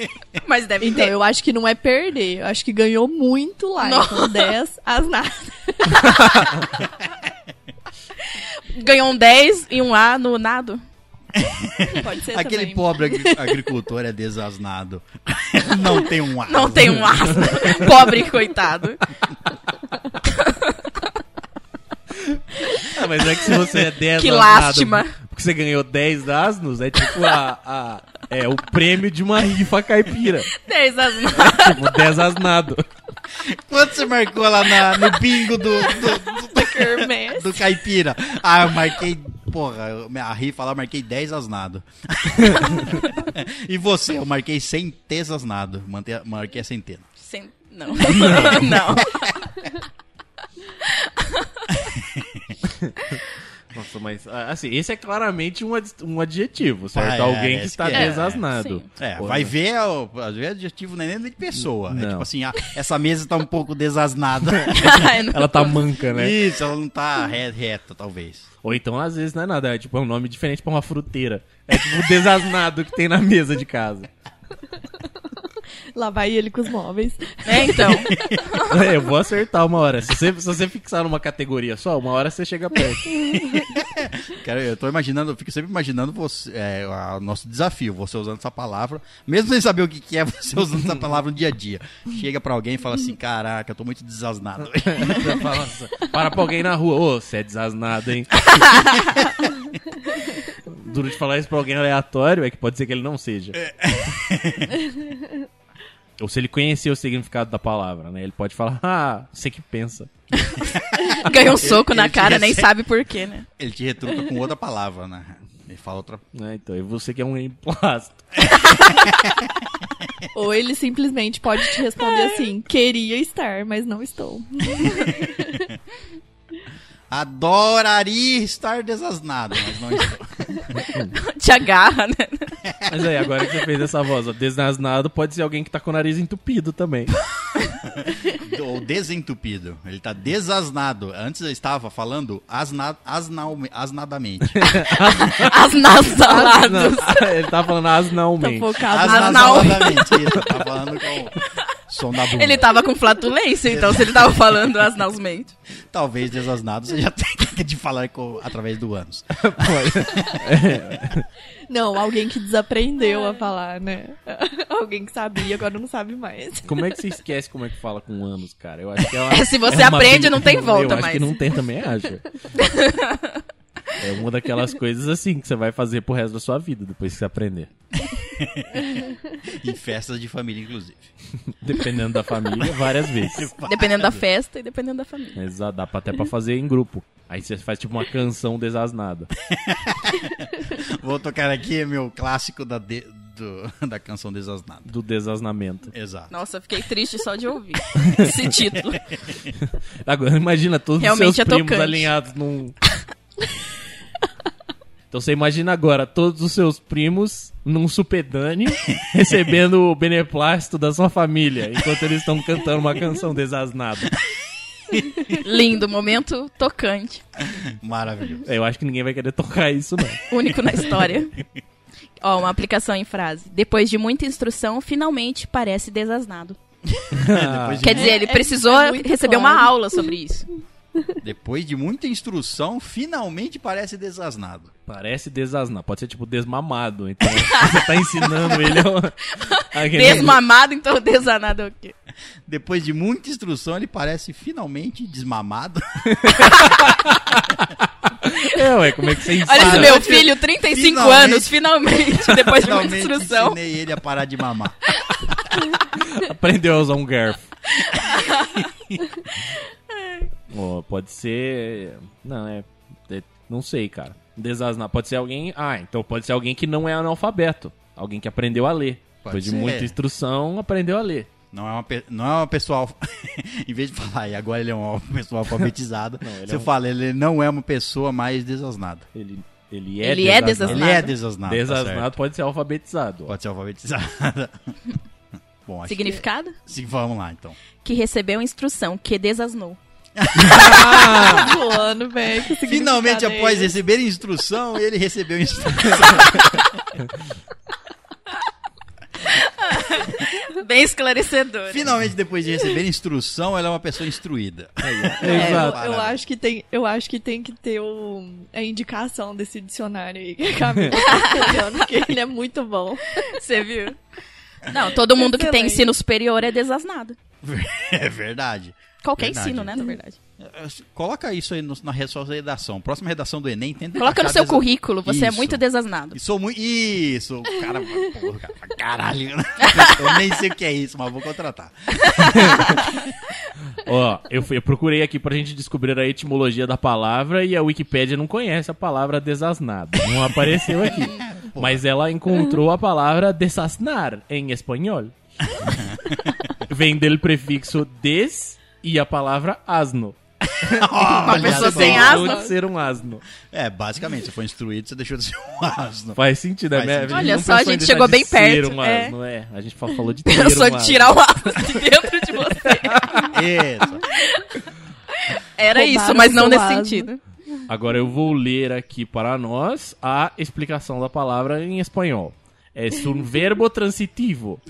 Mas deve então, ter. eu acho que não é perder. Eu acho que ganhou muito lá. Então, 10 asnado. Ganhou um 10 e um A no nado. Pode ser Aquele também. pobre agri- agricultor é desasnado. Não tem um asno. Não tem um asno. Pobre coitado. Ah, mas é que se você é 10 Que asnado, lástima. Porque você ganhou 10 asnos, é tipo a, a- é o prêmio de uma rifa caipira. 10 asnado. Tipo, 10 asnado. Quanto você marcou lá na- no bingo do, do, do- Kermesse. do caipira? Ah, eu marquei. Porra, eu- a rifa lá eu marquei 10 asnado. e você? Eu marquei 100 tesasnado. Mante- Marquei a centena. Sem- Não. Não. Nossa, mas ah, assim, esse é claramente um, ad- um adjetivo, certo? Ah, é, Alguém que esse está que é. desasnado. Sim. É, Pô, né? vai não. ver, ó, às vezes o adjetivo não é nem de pessoa. É Não. tipo assim, ah, essa mesa tá um pouco desasnada. Ai, não. Ela tá manca, né? Isso, ela não tá re- reta, talvez. Ou então, às vezes, não é nada. É tipo, é um nome diferente pra uma fruteira. É tipo o desasnado que tem na mesa de casa. Lá vai ele com os móveis. É, então. É, eu vou acertar uma hora. Se você, se você fixar numa categoria só, uma hora você chega perto. Cara, eu tô imaginando, eu fico sempre imaginando você, é, a- o nosso desafio, você usando essa palavra, mesmo sem saber o que, que é você usando essa palavra no dia a dia. Chega pra alguém e fala assim: caraca, eu tô muito desasnado. Você fala, "Nossa, Para pra alguém na rua. Ô, você é desasnado, hein? Duro de falar isso pra alguém aleatório é que pode ser que ele não seja. Ou se ele conhecer o significado da palavra, né? Ele pode falar, ah, você que pensa. Ganhou um soco Ele- na ele cara, tinha nem se- sabe por quê, né? Ele te retruca com outra palavra, né? Ele fala outra. Né? Então, e você que é um emplasto. Ou ele simplesmente pode te É. responder assim: queria estar, mas não estou. Adoraria estar desasnado, mas não estou. Te agarra, né? Mas aí, agora que você fez essa voz, ó, desnasnado pode ser alguém que tá com o nariz entupido também. Ou desentupido. Ele tá desasnado. Antes eu estava falando asna, asnal, asnadamente. As nasaladas. Não, ele tá falando Tá asnalmente. focado na Asnal. Asnadamente. Isso, tá falando com som da bunda. Ele tava com flatulência, então se ele tava falando as nausmente. Talvez desasnado seja a técnica de falar com, através do ânus. Não, alguém que desaprendeu É. a falar, né? alguém que sabia, e agora não sabe mais. Como é que você esquece como é que fala com anos, cara? Eu acho que é uma, Se você é uma aprende, briga- não tem volta Eu acho mais. que não tem também, acho. É uma daquelas coisas assim que você vai fazer pro resto da sua vida depois que você aprender. Em festas de família, inclusive. Dependendo da família, várias vezes. Dependendo da festa e dependendo da família. Exato, dá pra- até pra fazer em grupo. Aí você faz tipo uma canção desasnada. Vou tocar aqui meu clássico da, de- do- da canção Desasnada. Do desasnamento. Exato. Nossa, eu fiquei triste só de ouvir esse título. Agora imagina todos os Realmente seus é primos tocante. alinhados num. então você imagina agora todos os seus primos num supedâneo recebendo o beneplácito da sua família, enquanto eles estão cantando uma canção desasnada. Lindo, momento tocante. Maravilhoso. Eu acho que ninguém vai querer tocar isso, não. Único na história. Ó, uma aplicação em frase. Depois de muita instrução, finalmente parece desasnado. Depois, de, Quer dizer, ele É, é precisou muito receber claro. uma aula sobre isso. depois de muita instrução, finalmente parece desasnado. Parece desasnado. Pode ser tipo desmamado. Então você tá ensinando ele a. a- Desmamado, então desanado é o quê? Depois de muita instrução, ele parece finalmente desmamado. É, ué, como é que você ensina? Olha esse meu filho, 35 Finalmente. anos, finalmente, depois de muita finalmente instrução. ensinei ele a parar de mamar. Aprendeu a usar um garfo. Ó, pode ser. Não, é. é- Não sei, cara. Desasnar. Pode ser alguém. Ah, então pode ser alguém que não é analfabeto. Alguém que aprendeu a ler. Pode Depois de ser. muita instrução, aprendeu a ler. Não é uma, pe- não é uma pessoa. alfa- em vez de falar, e agora ele é uma pessoa alfabetizada, ele você é um- fala, ele não é uma pessoa mais desasnada. Ele, ele é Ele é desasnado. desasnado. Ele é desasnado. tá certo. Desasnado pode ser alfabetizado. ó. Pode ser alfabetizada. Bom, acho Significado? que. Sim, vamos lá então. Que recebeu instrução, que desasnou. Tá Ah. zoando, velho. que significado Finalmente, é após esse? receber instrução, ele recebeu instrução. Bem esclarecedor. Finalmente, depois de receber instrução, ela é uma pessoa instruída. né? É, eu, Exato. eu acho que tem, eu acho que tem que ter o, a indicação desse dicionário aí que a Camila tá olhando, porque ele é muito bom. Você viu? Não, todo mundo que tem Excelente. ensino superior é desasnado. É verdade. Qualquer Verdade. ensino, né, na verdade. Coloca isso aí no- na re- sua redação. Próxima redação do Enem, tenta Coloca no encaixar seu desa- currículo, você é Isso. muito desasnado. E sou muito. Isso, cara. porra, cara- caralho. Eu nem sei o que é isso, mas vou contratar. Ó, eu, fui- eu procurei aqui pra gente descobrir a etimologia da palavra e a Wikipédia não conhece a palavra desasnado. Não apareceu aqui. Mas ela encontrou a palavra desasnar em espanhol. Vem del prefixo des e a palavra asno. Uma pessoa Você sem deixou asno? de ser um asno. É, basicamente, você foi instruído, você deixou de ser um asno. Faz sentido, né? Faz A sentido. gente Olha não só, pensou a em gente deixar chegou de bem ser perto, Um é. asno, é. A gente fa- falou de ter Pensou um de asno. tirar o asno de dentro de você. Hum. Isso. Era Roubaram isso, mas não seu nesse asno. sentido. Agora eu vou ler aqui para nós a explicação da palavra em espanhol. É um verbo transitivo.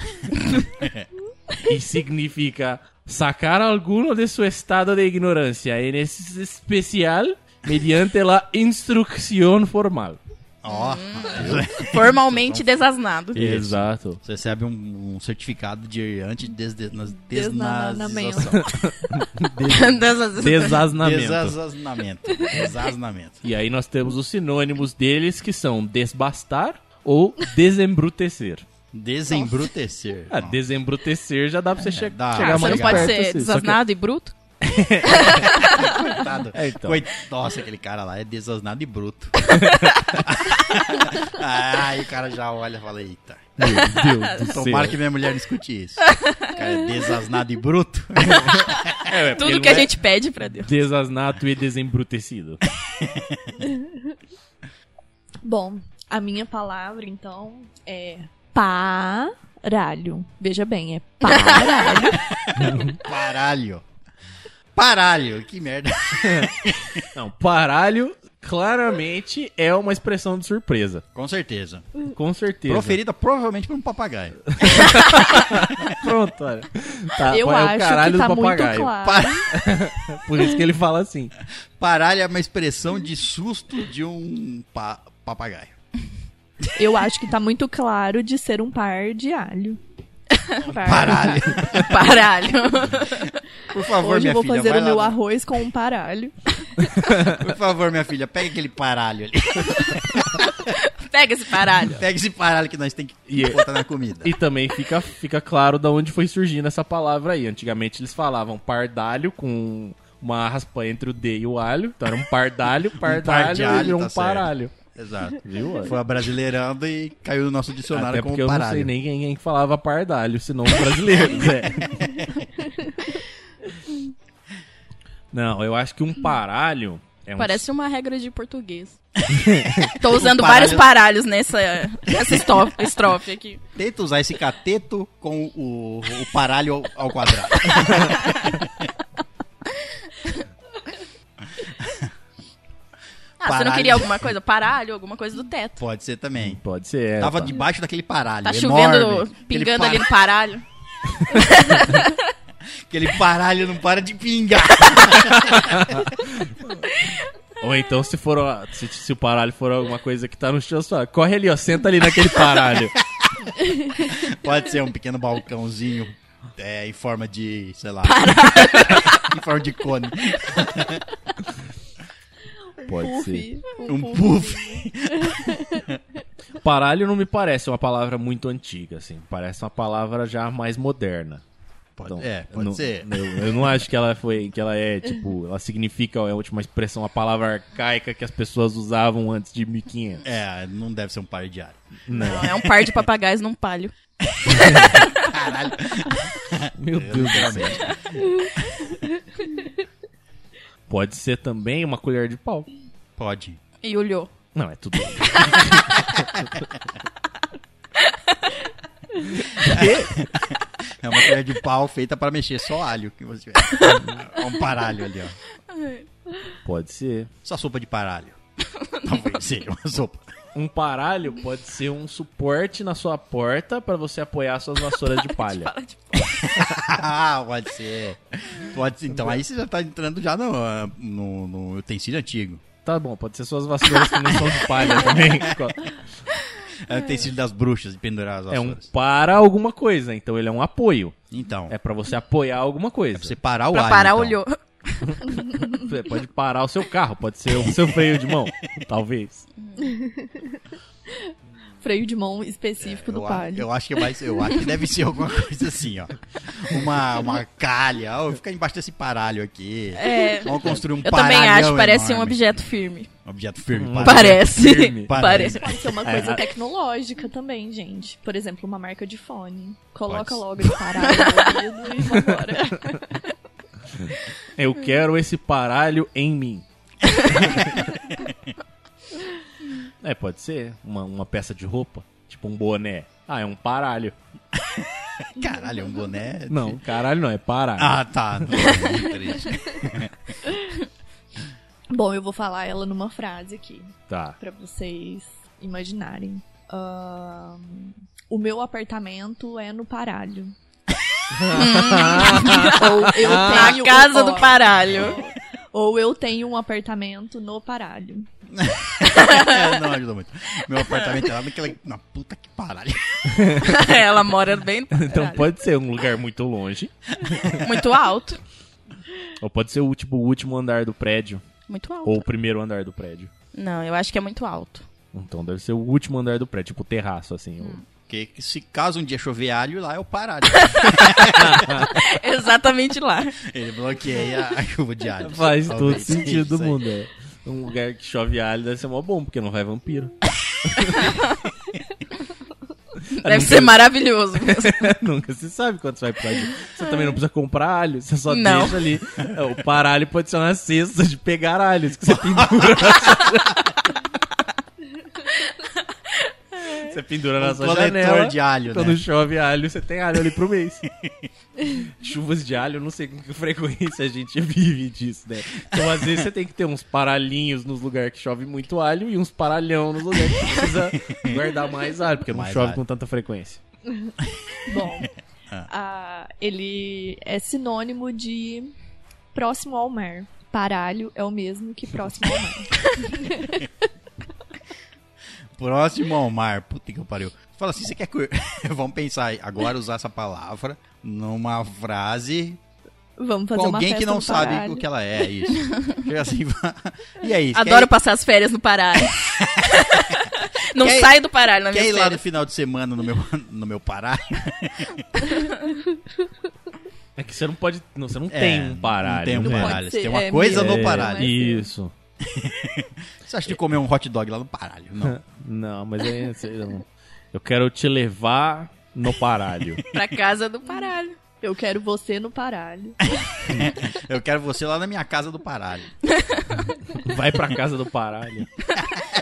e significa sacar alguno de su estado de ignorancia, em es- especial mediante la instrucción formal. Ó. Formalmente desasnado. Exato. Você recebe um, um certificado de Desnanamento. antidesnazização. Desasnamento. Desasnamento. Desasnamento. E aí nós temos os sinônimos deles que são desbastar ou desembrutecer. Desembrutecer. Ah, Não. desembrutecer já dá pra você che- dá. chegar Ah, Você não mais pode perto, ser assim, só que- desasnado e bruto? Coitado. É, então. Coit- Nossa, aquele cara lá é desasnado e bruto. Aí o cara já olha e fala, eita. Meu Deus do Tomara céu. que minha mulher não escute isso. O cara é desasnado e bruto. É, é, porque Tudo ele que a não é gente pede pra Deus. Desasnato e desembrutecido. Bom, a minha palavra então é paralho. Veja bem, é paralho. Paralho. Paralho, que merda. Não, paralho claramente é uma expressão de surpresa. Com certeza. Com certeza. Proferida provavelmente por um papagaio. Pronto, olha. Tá, Eu é o acho caralho que tá do muito papagaio. claro. Por isso que ele fala assim. Paralho é uma expressão de susto de um pa- papagaio. Eu acho que tá muito claro de ser um par de alho. Paralho. Paralho. Por favor, Hoje minha eu vou filha, fazer vai o meu lá. arroz com um paralho. Por favor, minha filha, pega aquele paralho ali. Pega esse paralho. Pega esse paralho que nós tem que E- é- botar na comida. E também fica, fica claro da onde foi surgindo essa palavra aí. Antigamente eles falavam pardalho com uma raspa entre o D e o alho. Então era um pardalho, pardalho pardalho, e virou tá um certo. paralho. Exato. Viu? Foi abrasileirando e caiu no nosso dicionário Até como porque eu não paralho. sei nem quem, quem falava pardalho, senão os brasileiros, é. Não, eu acho que um paralho é um... Parece uma regra de português. Tô usando paralho- vários paralhos nessa, nessa esto- estrofe, aqui. Tenta usar esse cateto com o, o paralho ao, ao quadrado. Ah, você Paralho. não queria alguma coisa? Paralho, alguma coisa do teto. Pode ser também. Pode ser. é, Tava tá. debaixo daquele paralho. Tá enorme. chovendo, Aquele pingando para- ali no paralho. Aquele paralho não para de pingar. Ou então, se for ó, se, se o paralho for alguma coisa que tá no chão, só corre ali, ó, senta ali naquele paralho. Pode ser um pequeno balcãozinho é, em forma de, sei lá. em forma de cone. Pode ser. Puff. Um puff. Paralho não me parece uma palavra muito antiga, assim. Parece uma palavra já mais moderna. Pode- é, pode não- ser. Eu, eu não acho que ela foi, que ela é, tipo, ela significa, é a última expressão, uma palavra arcaica que as pessoas usavam antes de 1500. É, não deve ser um par de ar. Não, é um par de papagaios num palho. Caralho. Meu Deus do céu. Pode ser também uma colher de pau. Pode. E olhou. Não, é tudo. É uma colher de pau feita para mexer só alho que você É um paralho ali, ó. Pode ser. Só sopa de paralho. Talvez seja uma sopa. Um paralho pode ser um suporte na sua porta pra você apoiar suas vassouras de palha. Ah, pode ser. Pode ser. Então aí você já tá entrando já no, ah, no, no utensílio antigo. Tá bom, pode ser suas vassouras que não são de palha também. É o utensílio das bruxas de pendurar as É um vassouras. para alguma coisa, então ele é um apoio. Então, É pra você apoiar alguma coisa. você parar o Pra alho. parar, então. olhou. Você pode parar o seu carro, pode ser o seu freio de mão, talvez. Freio de mão específico É, do Eu, a- palho. eu acho que vai ser- eu acho que deve ser alguma coisa assim, ó. Uma, uma calha, ó, fica embaixo desse paralho aqui. É. Vamos construir um Eu paralhão também acho, parece enorme. um objeto firme. Objeto firme, Parece. Um firme. Parece. Parece. Pode ser uma É, coisa a- tecnológica também, gente. Por exemplo, uma marca de fone. Coloca Pode. logo de paralho no ouvido e vambora. Eu quero esse paralho em mim. é, pode ser uma, uma peça de roupa, tipo um boné. Ah, é um paralho. Caralho, é um boné. Não, caralho não, é paralho. Ah, tá. Não, é triste. Bom, eu vou falar ela numa frase aqui, Tá. pra vocês imaginarem. Ahn, o meu apartamento é no paralho. Ou eu Na tenho casa ó, do paralho. Ou eu tenho um apartamento no paralho. É, não ajudou muito. Meu apartamento é lá naquela. Na puta que paralho. Ela mora bem Então pode ser um lugar muito longe, muito alto. ou pode ser o último, o último andar do prédio, Muito alto. ou o primeiro andar do prédio. Não, eu acho que é muito alto. Então deve ser o último andar do prédio, tipo o terraço, assim. o- Porque se caso um dia chover alho, lá é o paralho. Exatamente lá. Ele bloqueia a chuva de alho. Faz todo Talvez seja sentido isso do aí. mundo, é. Um lugar que chove alho deve ser mó bom, porque não vai vampiro. Deve ser maravilhoso mesmo. Nunca se sabe quanto você vai precisar. de- Você também não precisa comprar alho, você só Não. deixa ali. É, O paralho pode ser uma cesta de pegar alhos que você pendura. na sua- você pendura na Um sua coletor janela. de alho, Quando né? chove alho, você tem alho ali pro mês. Chuvas de alho, eu não sei com que frequência a gente vive disso, né? Então, às vezes, você tem que ter uns paralhinhos nos lugares que chove muito alho e uns paralhão nos lugares que precisa guardar mais alho, porque não Mais chove alho. com tanta frequência. Bom, ah, ele é sinônimo de próximo ao mar. Paralho é o mesmo que próximo ao mar. Próximo ao mar. Puta que pariu. Fala assim, você quer. cur- Vamos pensar aí. Agora usar essa palavra numa frase Vamos fazer com uma alguém festa que não no sabe baralho. o que ela é, isso. Chega assim, e aí? quer Adoro passar as férias no Paralho. Não Quer ir- saio do Paralho na Quer minha ir lá no férias. final de semana no meu, no meu Pará? É que você não pode. Não, você não É, tem um paralho. Não tem um né? pode paralho. Você ser, tem uma é, coisa mesmo, no paralho. né? Isso. Você acha de comer um hot dog lá no paralho? Não. Não, mas aí. você não- Eu quero te levar no paralho. Pra casa do um Paralho. Eu quero você no paralho. Eu quero você lá na minha casa do paralho. Vai pra casa do paralho.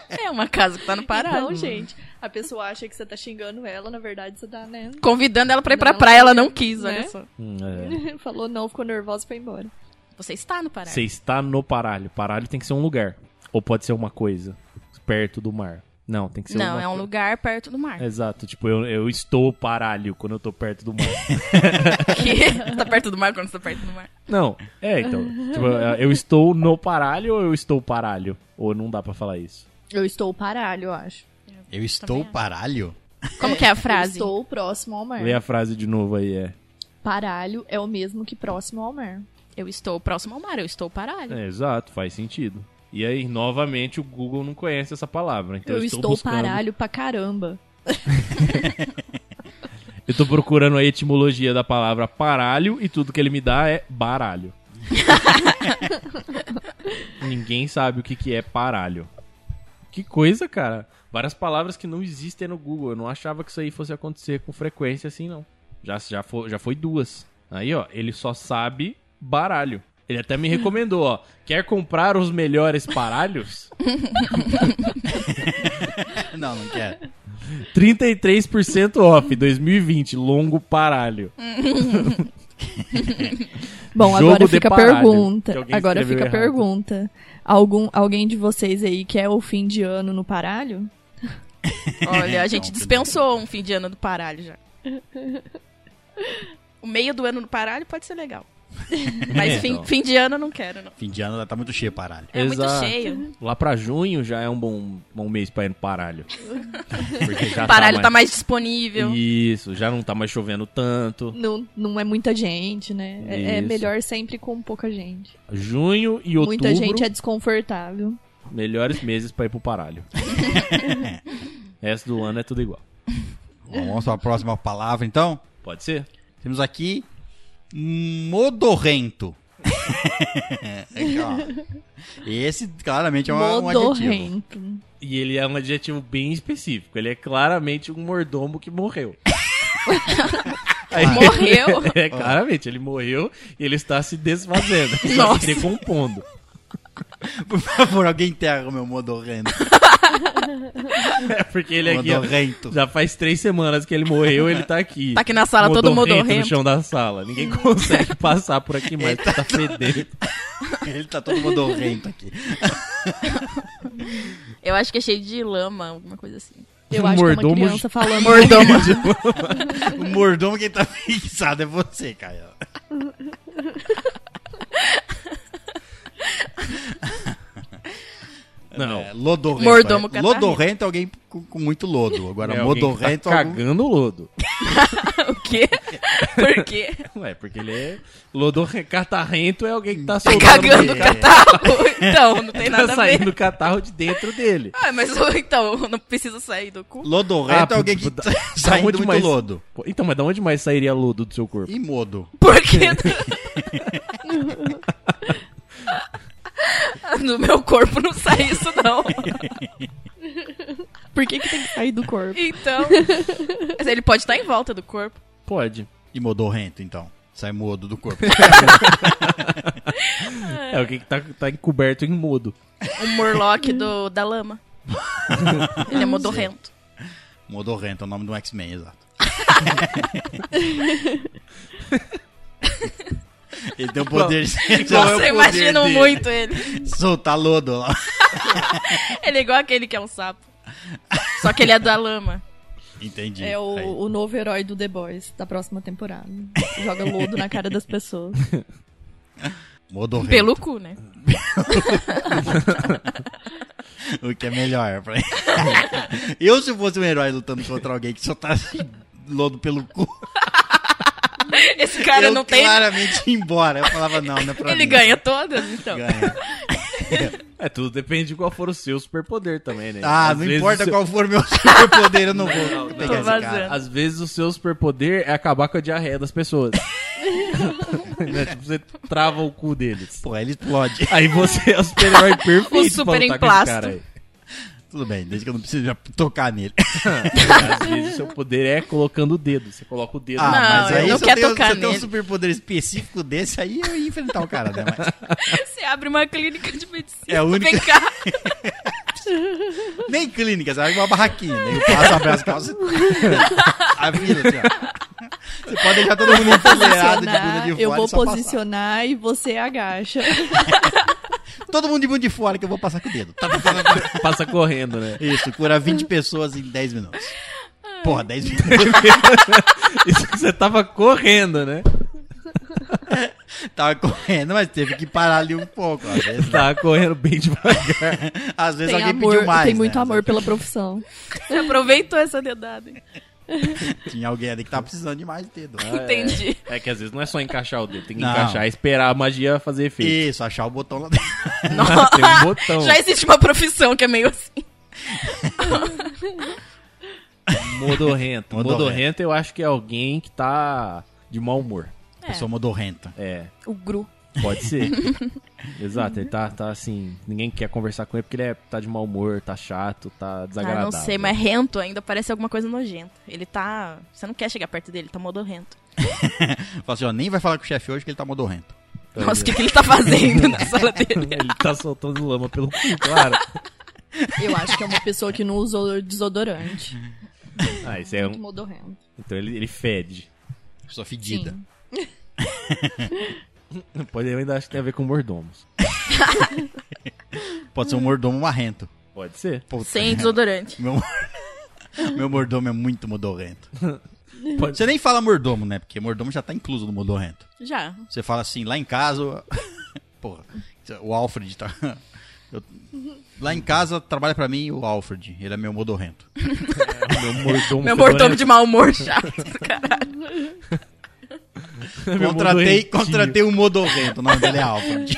É uma casa que tá no Paralho. Então, gente, a pessoa acha que você tá xingando ela, na verdade você tá, né? Convidando ela pra ir pra Não, praia, ela não quis, né? olha só. Hum, é. Falou não, ficou nervosa e foi embora. Você está no Paralho. Você está no paralho. Paralho tem que ser um lugar. Ou pode ser uma coisa. Perto do mar. Não, tem que ser Não, uma é um co- lugar perto do mar. Exato, tipo, eu, eu estou paralho quando eu tô perto do mar. Que- tá perto do mar quando você tá perto do mar. Não, é, então. Tipo, eu estou no paralho ou eu estou paralho? Ou não dá pra falar isso? Eu estou paralho, eu acho. Eu estou acho. paralho? Como que é a frase? Eu estou próximo É. ao mar. Lê a frase de novo aí, é. Paralho é o mesmo que próximo ao mar. Eu estou próximo ao mar, eu estou Paralho. É, exato, faz sentido. E aí, novamente, o Google não conhece essa palavra. Então Eu, eu estou, buscando- paralho pra caramba. Eu tô procurando a etimologia da palavra paralho e tudo que ele me dá é baralho. Ninguém sabe o que, que é paralho. Que coisa, cara. Várias palavras que não existem no Google. Eu não achava que isso aí fosse acontecer com frequência assim, não. Já, já, foi, já foi duas. Aí, ó, ele só sabe baralho. Ele até me recomendou, ó. Quer comprar os melhores baralhos? Não, não quero. 33% off 2020, longo paralho. Bom, Jogo agora de fica a paralho, pergunta. que alguém Agora escreveu fica a errado. pergunta. Algum, alguém de vocês aí quer o fim de ano no paralho? Olha, a gente Não, dispensou um fim de ano do Paralho já. O meio do ano no Paralho pode ser legal. Mas É, fim, então. fim de ano eu não quero, não. Fim de ano tá muito cheio paralho. É Exato. muito cheio. Lá pra junho já é um bom, bom mês pra ir no paralho. Porque já O Paralho tá mais disponível. Isso, já não tá mais chovendo tanto. Não, não é muita gente, né? É, é Isso. melhor sempre com pouca gente. Junho e outubro, Muita gente é desconfortável. melhores meses pra ir pro paralho. O resto do ano é tudo igual. Bom, vamos para a próxima palavra, então. Pode ser? Temos aqui modorrento. Aqui, ó. Esse claramente é uma, um adjetivo. Modorrento. E ele é um adjetivo bem específico. Ele é claramente um mordomo que morreu. Aí- Morreu? É, claramente, ele morreu e ele está se desfazendo, ele está se Nossa. decompondo. Por favor, alguém enterra o meu modorrento. É porque ele aqui ó, Modorrento. já faz três semanas que ele morreu, ele tá aqui. Tá aqui na sala, todo Modorrento mundo no rento. chão da sala. Ninguém consegue passar por aqui mais, Ele tá porque tá fedendo. Ele tá todo modorrento aqui. Eu acho que é cheio de lama, alguma coisa assim. Eu acho Mordomo- que é uma criança falando. Mordomo. Tipo, O mordomo quem tá fixado é você, Caio. Não. É, lodorrento. Mordomo é. catarrento. Lodorrento é alguém com, com muito lodo. Agora, É alguém que modorrento tá é algum... cagando lodo. o quê? Por quê? Ué, porque ele é. Lodorrento catarrento é alguém que tá Tá soltando. cagando o é. catarro? Então, não Tá tem nada a ver. saindo catarro de dentro dele. Ah, mas ô, então, não precisa sair do cu. Lodorrento Ah, é alguém pu- que pu- tá da saindo onde muito mais- lodo. Pô, Então, mas de onde mais sairia lodo do seu corpo? E modo. Por quê? no meu corpo não sai isso, não. Por que, que tem que sair do corpo? Então. Mas Ele pode estar em volta do corpo. Pode. E modorrento, então. Sai modo do corpo. É alguém que tá, tá encoberto em modo. O Um Murloc do, da lama. Ele é modorrento. modorrento é o nome do X-Men, exato. Ele tem o poder de... Qual é o Nossa, eu poder imagino dele? muito ele. Soltar lodo lá. Ele é igual aquele que é um sapo. Só que ele é da lama. Entendi. É Aí. o, o novo herói do The Boys da próxima temporada. Joga lodo na cara das pessoas. Modorrento. Pelo cu, né? O que é melhor pra ele. Eu, se eu fosse um herói lutando contra alguém que só tá assim, lodo pelo cu. Esse cara eu não tem. claramente ia embora. Eu falava, não, não é pra Ele mim. ganha todas, então. Ganha. É, tudo depende de qual for o seu superpoder também, né? Ah, não Às vezes o importa seu- qual for o meu superpoder, eu não vou não, não. pegar Tô esse cara. vazando. Às vezes o seu superpoder é acabar com a diarreia das pessoas. Né? Tipo, você trava o cu deles. Pô, ele explode. Aí você é o super-herói perfeito. O super pra lutar com emplasto. esse cara aí. Tudo bem, desde que eu não precise já tocar nele. Às vezes o seu poder é colocando o dedo. Você coloca o dedo. Ah, Não, na- mas aí eu não se eu quero tenho, tocar se eu tenho um nele. superpoder específico desse, aí eu ia enfrentar o cara, né? Mas Você abre uma clínica de medicina. É a única- Vem cá. nem clínica, sabe? Uma barraquinha. Né? Eu passo, abro as calças. Avisa, assim, ó. Você pode deixar todo mundo empolerado de bunda de Posicionar, fora. eu e vou só passar. posicionar e você agacha. Todo mundo de bunda de fora que eu vou passar com o dedo. Tá Passa correndo, né? Isso, cura 20 pessoas em 10 minutos. Porra, 10 minutos. Isso que você tava correndo, né? Tava correndo, mas teve que parar ali um pouco. Às vezes, Tava correndo bem devagar. às vezes Tem, alguém amor, pediu mais. tem né? muito Às amor pela profissão. Você aproveitou essa dedada. hein? vezes Tinha alguém ali que tava precisando de mais dedo. né? Entendi. É que às vezes não é só encaixar o dedo, tem que Não. encaixar e esperar a magia fazer efeito. Isso, achar o botão lá dentro. Tem um botão. Já existe uma profissão que é meio assim. Modorrento. Modorrento. Modorrento eu acho que é alguém que tá de mau humor. A Pessoa modorrenta. É, O Gru. Ah, pode ser. Exato, ele tá, tá assim, ninguém quer conversar com ele porque ele é, tá de mau humor, tá chato, tá Ah, desagradável. não sei, mas rento ainda parece alguma coisa nojenta. Ele tá. Você não quer chegar perto dele, tá modorrento. Fala assim, ó, nem vai falar com o chefe hoje que ele tá modorrento. Pois Nossa, é. o que, que ele tá fazendo na sala dele? Ele tá soltando lama pelo cu, claro. Eu acho que é uma pessoa que não usou desodorante. Uhum. Ah, isso é um... Modorrendo. Então ele, ele fede. Pessoa fedida. Sim. Pode eu ainda acho que tem a ver com mordomos. Pode ser um mordomo marrento. Pode ser. Puta, Sem desodorante. Meu, meu mordomo é muito modorrento. Pode- Você nem fala mordomo, né? Porque mordomo já tá incluso no modorrento. Já. Você fala assim, lá em casa. Porra, o Alfred tá. eu- lá em casa trabalha pra mim o Alfred. Ele é meu modorrento. Meu mordomo Meu mordomo fedorento. de mau humor chato do caralho. É Meu Contratei, modorrentinho. contratei um modorrento. O nome dele é Alfred.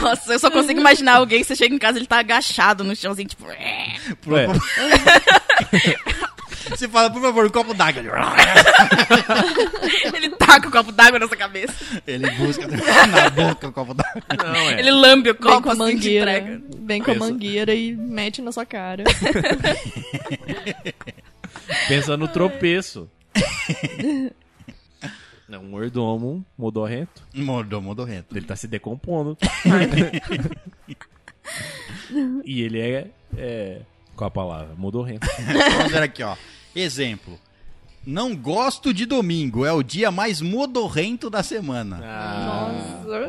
Nossa, eu só consigo imaginar alguém que você chega em casa ele tá agachado no chãozinho, tipo. "É". Ué, Você fala, por favor, um copo d'água. Ele taca o copo d'água na sua cabeça. Ele busca na boca o copo d'água. não, é. Ele lambe o Vem copo com a assim de mangueira. entrega. Vem com a Pensa. mangueira e mete na sua cara. Pensa no tropeço. Não, um mordomo modorrento. Mordomo modorrento. Ele tá se decompondo. e ele é, é. Qual a palavra? Modorrento. Vamos ver aqui, ó. Exemplo. Não gosto de domingo, é o dia mais modorrento da semana. Ah, Ah. Nossa.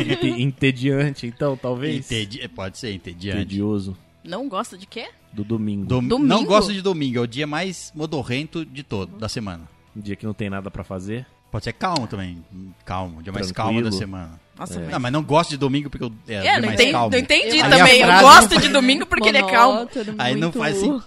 Ente- entediante, então, talvez. Entedi- É, Pode ser, entediante. Entedioso. Não gosta de quê? Do domingo. Dom- Domingo? Não gosto de domingo, é o dia mais modorrento de todo, da semana. Um dia que não tem nada pra fazer. Pode ser calmo também. Calmo, o dia mais Tranquilo. calmo da semana. Nossa, É. Não, mas não gosto de domingo porque eu, é, o É, dia não, mais entendi, calmo. não entendi Eu- A também. minha Eu frase gosto não de domingo porque ele é calmo. Monótono, Aí não muito faz assim.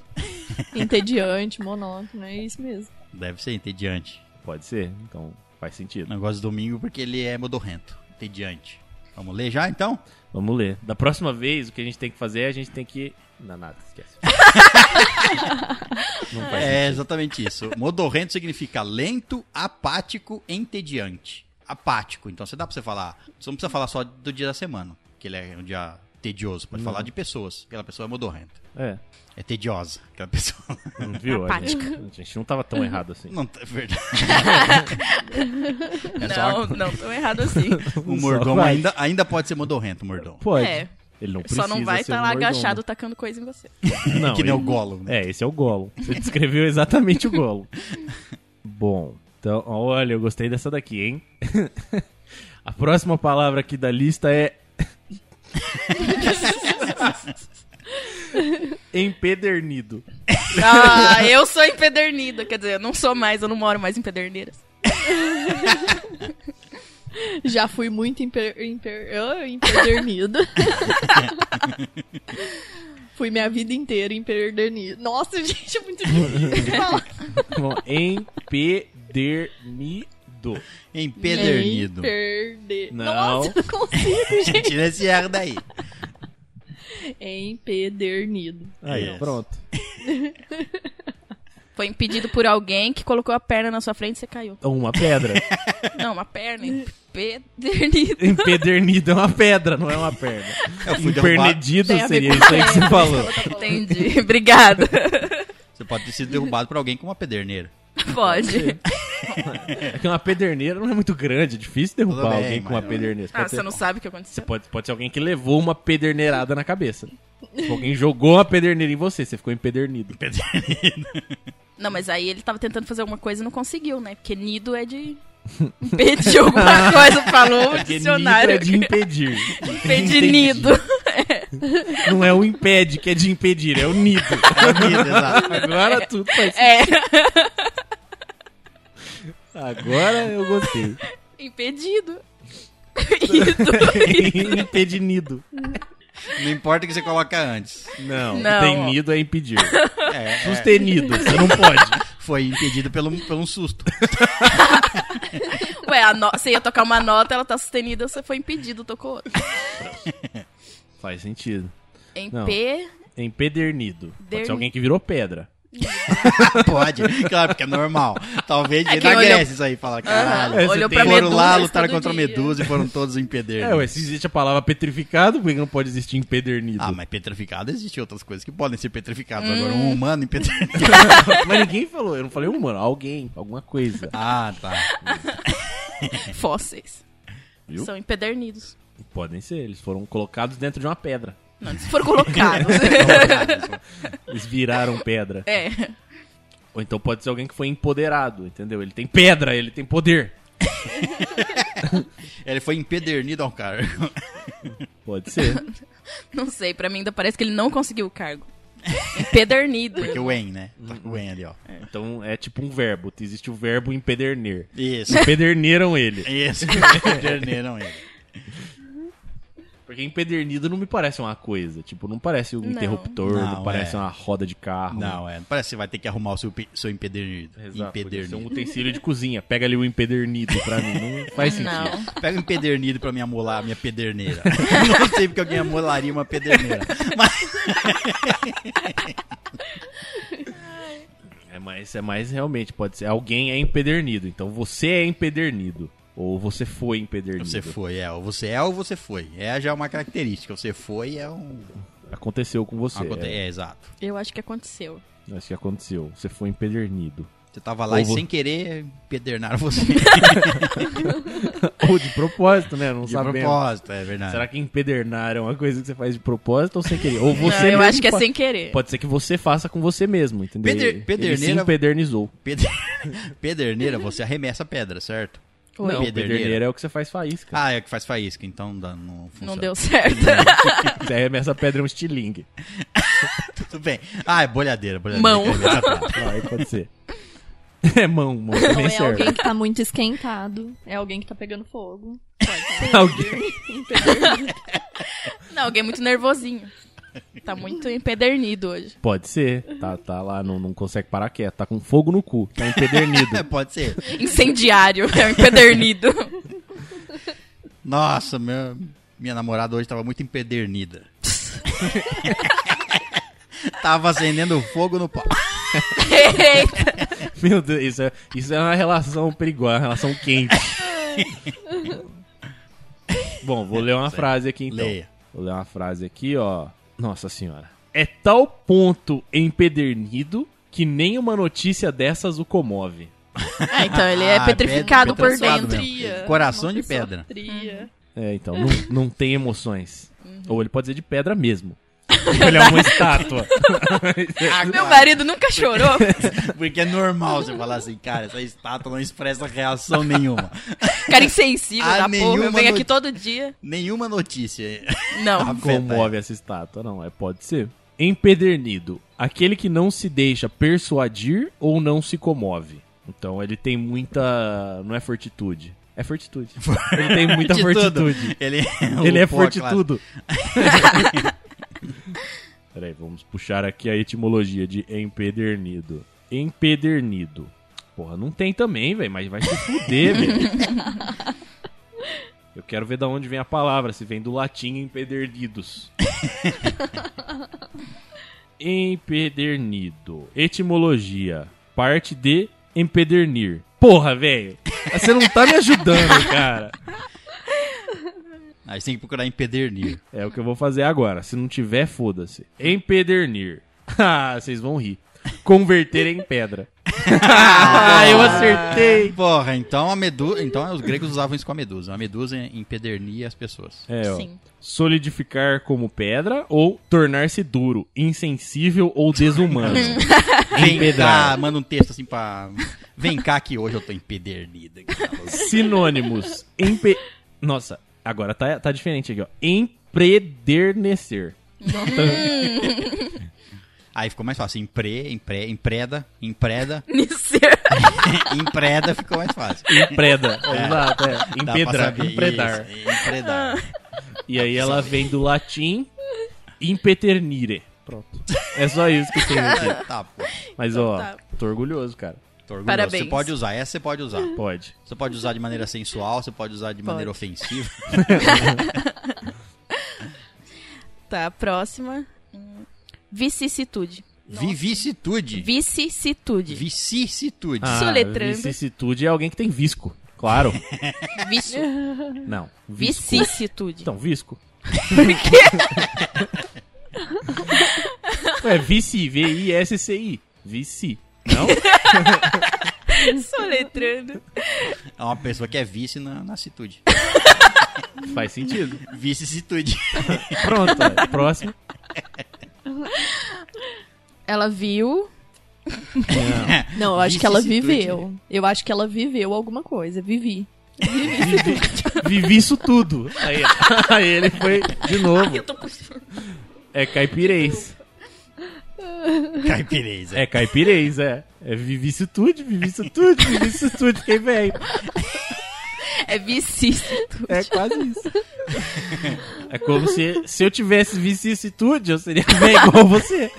Entediante, monótono, é isso mesmo. Deve ser entediante. Pode ser, então faz sentido. Não gosto de domingo porque ele é modorrento. Entediante. Vamos ler já então? Vamos ler. Da próxima vez, o que a gente tem que fazer é a gente tem que. Não, nada, esquece. não faz É exatamente isso. Modorrento significa lento, apático, entediante. Apático. Então você dá pra você falar. Você não precisa falar só do dia da semana, que ele é um dia tedioso. Pode falar de pessoas. Aquela pessoa é modorrenta. É. É tediosa. Aquela pessoa. Não viu? A gente, a gente não tava tão errado assim. Não, é verdade. É Não, só- não, tô errado assim. o mordomo vai. ainda, ainda pode ser modorrento, o mordomo. Pode. É. Ele não precisa Só não vai ser estar um lá mordomo. agachado tacando coisa em você. Não, que nem ele- o Gollum. né? É, esse é o golo. Você descreveu exatamente o golo. Bom, então, olha, eu gostei dessa daqui, hein? A próxima palavra aqui da lista é. Empedernido. Ah, eu sou empedernida. Quer dizer, eu não sou mais, eu não moro mais em Pederneiras. Já fui muito imper, imper, ah, empedernido. fui minha vida inteira empedernido. Nossa, gente, é muito difícil de falar. Bom, empedernido. Empedernido. Empedernido. Emperde... Não. Nossa, eu não consigo, gente. Tira esse R daí. É, Empedernido. Aí, Yes. pronto. Foi impedido por alguém que colocou a perna na sua frente e você caiu. Uma pedra. Não, uma perna empedernida. Empedernido é uma pedra, não é uma perna. Eu fui derrubado. Empernedido Tem a ver seria com isso aí que você pedra. falou. Entendi. Obrigada. Você pode ter sido derrubado por alguém com uma pederneira. Pode. É que uma pederneira não é muito grande, é difícil derrubar Tudo bem, alguém com uma mas- pederneira. Ah, pode, você ser, não sabe o que aconteceu. pode, pode ser alguém que levou uma pederneirada na cabeça. Tipo, alguém jogou uma pederneira em você, você ficou empedernido. Não, mas aí ele tava tentando fazer alguma coisa e não conseguiu, né? Porque nido é de. Impedir Ah. alguma coisa, falou o Porque dicionário. nido é de impedir. Impedir nido. Não é o impede que é de impedir, é o nido. Pederneira, exato. Agora tudo faz É. Agora eu gostei. Impedido. Nido. Impedinido. Não importa o que você coloca antes. Não, Não. tem nido é impedir. É, é, Sustenido, você não pode. foi impedido pelo, pelo um susto. Ué, a no- você ia tocar uma nota, ela tá sustenida, você foi impedido, tocou outra. Faz sentido. Em Não. P. Empedernido. Pode ser Derni- alguém que virou pedra. Pode, claro, porque é normal. Talvez É é que na olhou- Grécia isso aí, fala, caralho. Aham, olhou você pra tem- foram medusa. lá, lutaram todo contra a dia. medusa e foram todos É, ué, empedernidos. se existe a palavra petrificado, por que não pode existir empedernido? ah, mas petrificado existem outras coisas que podem ser petrificadas. Agora, Hum. um humano empedrado. mas ninguém falou, eu não falei humano, alguém, alguma coisa. ah, tá. Fósseis. Viu? São empedernidos. Podem ser, eles foram colocados dentro de uma pedra. Não, eles foram colocados. Eles viraram pedra. é. Ou então pode ser alguém que foi empoderado, entendeu? Ele tem pedra, ele tem poder. Ele foi empedernido ao cara. Pode ser. Não sei, pra mim ainda parece que ele não conseguiu o cargo. Empedernido. Porque o En, né? Tá com O En ali, ó. Então é tipo um verbo. Existe o verbo empederner. Isso. Empederneram ele. Isso. Empederniram ele. Porque empedernido não me parece uma coisa. Tipo, não parece um Não. interruptor, não, Não, parece é. uma roda de carro. Não, é. Parece que você vai ter que arrumar o seu, pe- seu empedernido. Exato, podia ser um empedernido. utensílio de cozinha. Pega ali o empedernido pra mim. Não faz sentido. Ah, Não. Pega um empedernido pra me amolar a minha pederneira. Não sei porque alguém amolaria uma pederneira. É mais, é mais realmente, pode ser. Alguém é empedernido. Então você é empedernido. Ou você foi empedernido. Você foi, é. Ou você é ou você foi. É já é uma característica. Você foi é um. Aconteceu com você. Aconte- É, exato. Eu acho que aconteceu. É, acho que aconteceu. Você foi empedernido. Você tava lá Ou e vo- sem querer pedernaram você. Ou de propósito, né? Não de sabemos. propósito, é verdade. Será que empedernar é uma coisa que você faz de propósito ou sem querer? Ou você não, eu mesmo acho que é pode- sem querer. Pode ser que você faça com você mesmo, entendeu? Peder- Ele- Ele se pederneira- empedernizou. Peder- Pederneira, você arremessa pedra, certo? Oi. Não, Pederneira. pederneira é o que você faz faísca. Ah, é o que faz faísca, então dá- não funciona. Não deu certo. Você arremessa a pedra é um estilingue. Tudo bem. Ah, é bolhadeira, bolhadeira. Tá, Mão. Não, aí pode ser. É mão, mão Não também é serve. alguém que tá muito esquentado. É alguém que tá pegando fogo. tá Alguém... Não, alguém muito nervosinho. Tá muito empedernido hoje. Pode ser. Tá, tá lá, não, não consegue parar quieto. Tá com fogo no cu. Tá empedernido. É, Pode ser. Incendiário, é um empedernido. Nossa, meu- minha namorada hoje tava muito empedernida. tava acendendo fogo no pau. Eita. Meu Deus, isso é, isso é uma relação perigosa, uma relação quente. Bom, vou ler uma frase aqui então. Leia. Vou ler uma frase aqui, ó. Nossa senhora. É tal ponto empedernido que nem uma notícia dessas o comove. Ah, então ele é Ah, petrificado por petrificado dentro. mesmo. Coração de Uma pessoa pedra. Fria. É, então, não, não tem emoções. Ou ele pode ser de pedra mesmo. Ele é uma estátua. ah, Meu marido nunca chorou. Porque é normal você falar assim, cara, essa estátua não expressa reação nenhuma. Cara insensível Ah, da porra. Eu nenhuma venho aqui noite- todo dia. Nenhuma notícia. Não. comove essa estátua, não, é pode ser. Empedernido, aquele que não se deixa persuadir ou não se comove. Então ele tem muita, não é fortitude. É fortitude. Ele tem muita De tudo. Então, fortitude. Ele é, Ele é fortitudo. fortitudo. Peraí, vamos puxar aqui a etimologia de empedernido. Empedernido. porra, não tem também, velho, mas vai se fuder, velho. Eu quero ver da onde vem a palavra, se vem do latim empedernidos. Empedernido. Etimologia. Parte de empedernir. Porra, velho. Você não tá me ajudando, cara. Aí você tem que procurar empedernir. É o que eu vou fazer agora. Se não tiver, foda-se. Empedernir. Ah, vocês vão rir. Converter em pedra. ah, eu acertei. Porra, então a medusa. Então os gregos usavam isso com a medusa. A medusa empedernia as pessoas. É, ó. Sim. Solidificar como pedra ou tornar-se duro, insensível ou desumano. Vem cá, manda um texto assim pra. Vem cá que hoje eu tô empedernida. Sinônimos. Empe... Nossa, agora tá, tá diferente aqui, ó. Empredernecer. Aí ficou mais fácil. Empre, empre, empreda, empreda, Nisser. empreda ficou mais fácil. Empreda. É. Exato, é. Dá pra Empedrar. saber. Empredar. Isso, empredar. E aí ela vem do latim impeternire. Pronto. É só isso que tem aqui. Tá, pô. Mas Então ó, tá. tô orgulhoso, cara. Tô orgulhoso. Parabéns. Você pode usar, essa você pode usar. Pode. Você pode usar de maneira sensual, você pode usar de maneira ofensiva. Tá, próxima. Hum, Vicissitude. Vivicitude. Vicissitude. Vicissitude. Ah, Soletrando. vicissitude é alguém que tem visco. Claro. Vício. Não. Visco. Vicissitude. Então, visco. Por quê? É vici, V-I-S-C-I. Vici. Não? Soletrando. É uma pessoa que é vice na, na citude. Faz sentido. Vicissitude. Pronto, ó, próximo. Ela viu. Não. Não, eu acho que ela Vicissitude. viveu. Eu acho que ela viveu alguma coisa. Vivi. Vivi, vivi isso tudo. Aí, ó. Aí ele foi de novo. É caipirês. Caipireza. É caipirês, é. É vivicitude, vivicitude, vivicitude. Fiquei velho. É vicissitude. É quase isso. É como se, se eu tivesse vicissitude, eu seria bem igual você.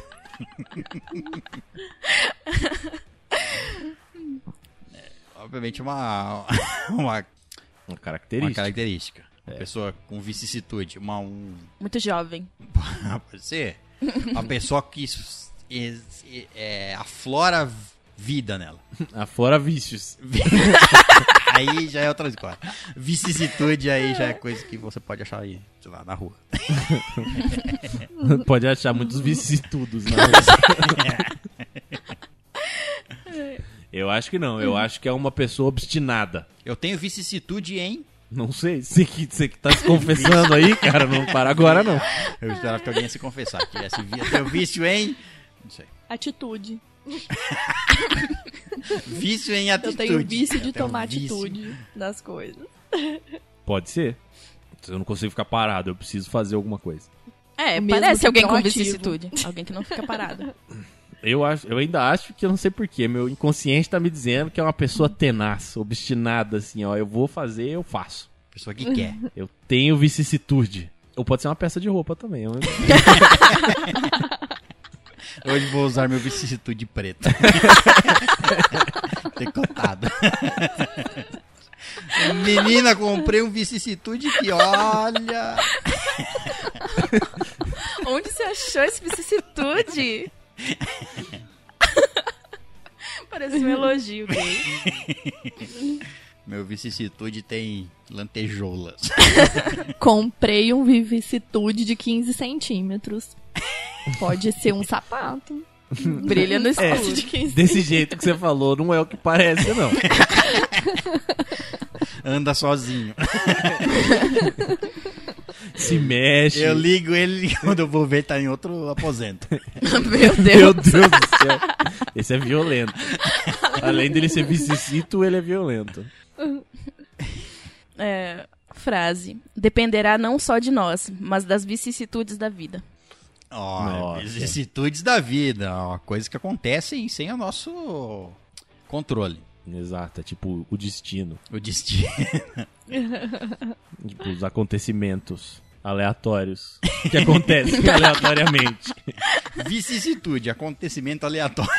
Obviamente uma, uma, Uma uma característica. É. característica. Uma pessoa com vicissitude. Uma, um, Muito jovem. Ah, pode ser? Uma pessoa que s- es- e- é, aflora vida nela. Afora Ah, vícios. aí já é outra coisa. Vicissitude aí já é coisa que você pode achar aí, sei lá, na rua. Pode achar muitos vicissitudos na rua. né? Eu acho que não. Eu acho que é uma pessoa obstinada. Eu tenho vicissitude em. Não sei. Você que, você que tá se confessando aí, cara, não para agora, não. Eu esperava que alguém ia se confessar. Que tivesse vi- eu tenho vício em. Não sei. Atitude. Vício em Eu atitude. tenho vício de Eu tenho um tomar vício. atitude das coisas. Pode ser. Eu não consigo ficar parado. Eu preciso fazer alguma coisa. É, Mesmo que parece alguém com proativo. vicissitude. Alguém que não fica parado. Eu, acho, eu ainda acho que eu não sei porquê. Meu inconsciente tá me dizendo que é uma pessoa tenaz, obstinada, assim, ó. Eu vou fazer, eu faço. Pessoa que quer. Eu tenho vicissitude. Ou pode ser uma peça de roupa também. eu- Hoje vou usar meu vicissitude preta. Decotado. Menina, comprei um vicissitude que olha. Onde você achou esse vicissitude? Parece um elogio, gay. Meu vicissitude tem lantejoulas. Comprei um vivicitude de 15 centímetros. Pode ser um sapato. Brilha É. no escuro. Sapato de 15 Desse jeito que você falou, não é o que parece, não. Anda sozinho. Se mexe. Eu ligo ele e quando eu vou ver tá em outro aposento. Meu Meu Deus. Deus do céu. Esse é violento. Além dele ser vicissito, ele é violento. É, frase. Dependerá não só de nós, mas das vicissitudes da vida. Ó, Nossa. vicissitudes da vida, ó, coisas que acontecem sem o nosso controle. Exato, é tipo o destino. O destino. Tipo, os acontecimentos aleatórios que acontecem aleatoriamente. Vicissitude, acontecimento aleatório.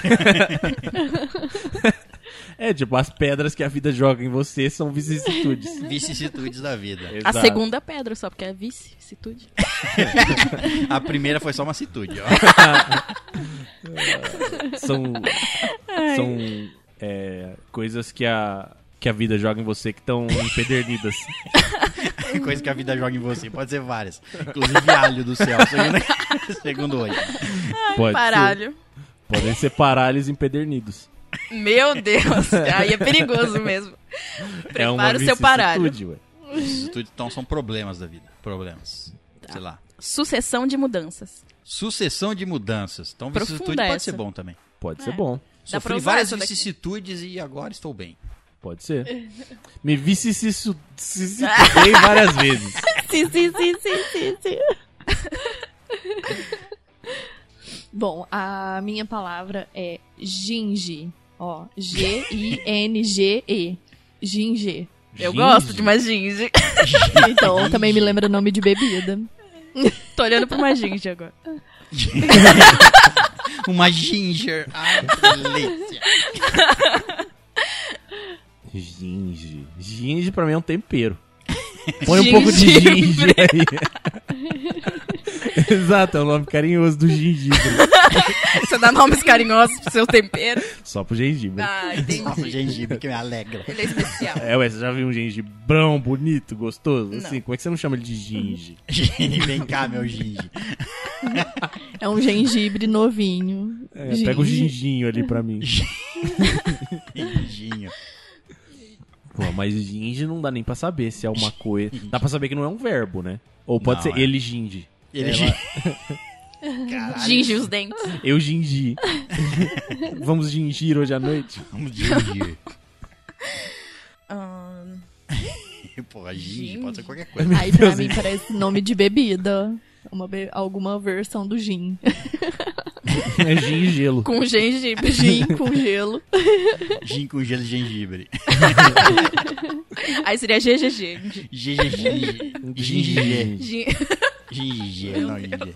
É, tipo, as pedras que a vida joga em você são vicissitudes. Vicissitudes da vida. A Exato. segunda pedra, só porque é vicissitude. A primeira foi só uma situde, ó. São, são é, coisas que a, que a vida joga em você que estão empedernidas. Coisa que a vida joga em você. Pode ser várias. Inclusive alho do céu. Segundo, segundo hoje. Pode ser. Paralho. Podem ser paralhos empedernidos. Meu Deus, aí é perigoso mesmo. é uma o seu paralho. vicissitude, ué. Vicissitudes, então, são problemas da vida. Problemas. Sei lá. Sucessão de mudanças. Sucessão de mudanças. Então, Profunda vicissitude pode essa. ser bom também. Pode É. ser bom. Dá pra Sofri usar várias essa daqui. vicissitudes e agora estou bem. Pode ser. Me vicissitudei várias vezes. Sim, sim, sim, sim, sim, sim. Bom, a minha palavra é ginge. Ó, G-I-N-G-E. Ginge. Eu Ginge. gosto de uma ginge. Então também me lembra nome de bebida. Tô olhando pra uma ginge agora. Uma ginger. Ai, que delícia. Ginge. Ginge pra mim é um tempero. Põe um pouco de ginge aí. Exato, é o nome carinhoso do gengibre. Você dá nomes carinhosos pro seu tempero. Só pro gengibre. Ah, Nossa, entendi. gengibre que me alegra. Ele é especial. É, ué, você já viu um gengibrão bonito, gostoso? Não. Assim, como é que você não chama ele de ginge? Vem cá, meu ginge. É um gengibre novinho. É, pega o ginginho ali pra mim. Ginginho. Pô, mas ginge não dá nem pra saber se é uma coisa. Dá pra saber que não é um verbo, né? Ou pode Não, ser é. ele ginge. Ele É. Caralho. Ginge os dentes. Eu gingi. Vamos gingir hoje à noite? Vamos gingir. Ahn, Porra, ginge, Ginge. pode ser qualquer coisa. Aí pra Deus, mim gente. parece nome de bebida. Uma be- alguma versão do gin. É gingelo. com gengibre. Gin com gelo. Gin com gelo de gengibre. Aí seria GGG. Gingige. Gingige. Ginge. Gin- Gingige, Meu não Deus.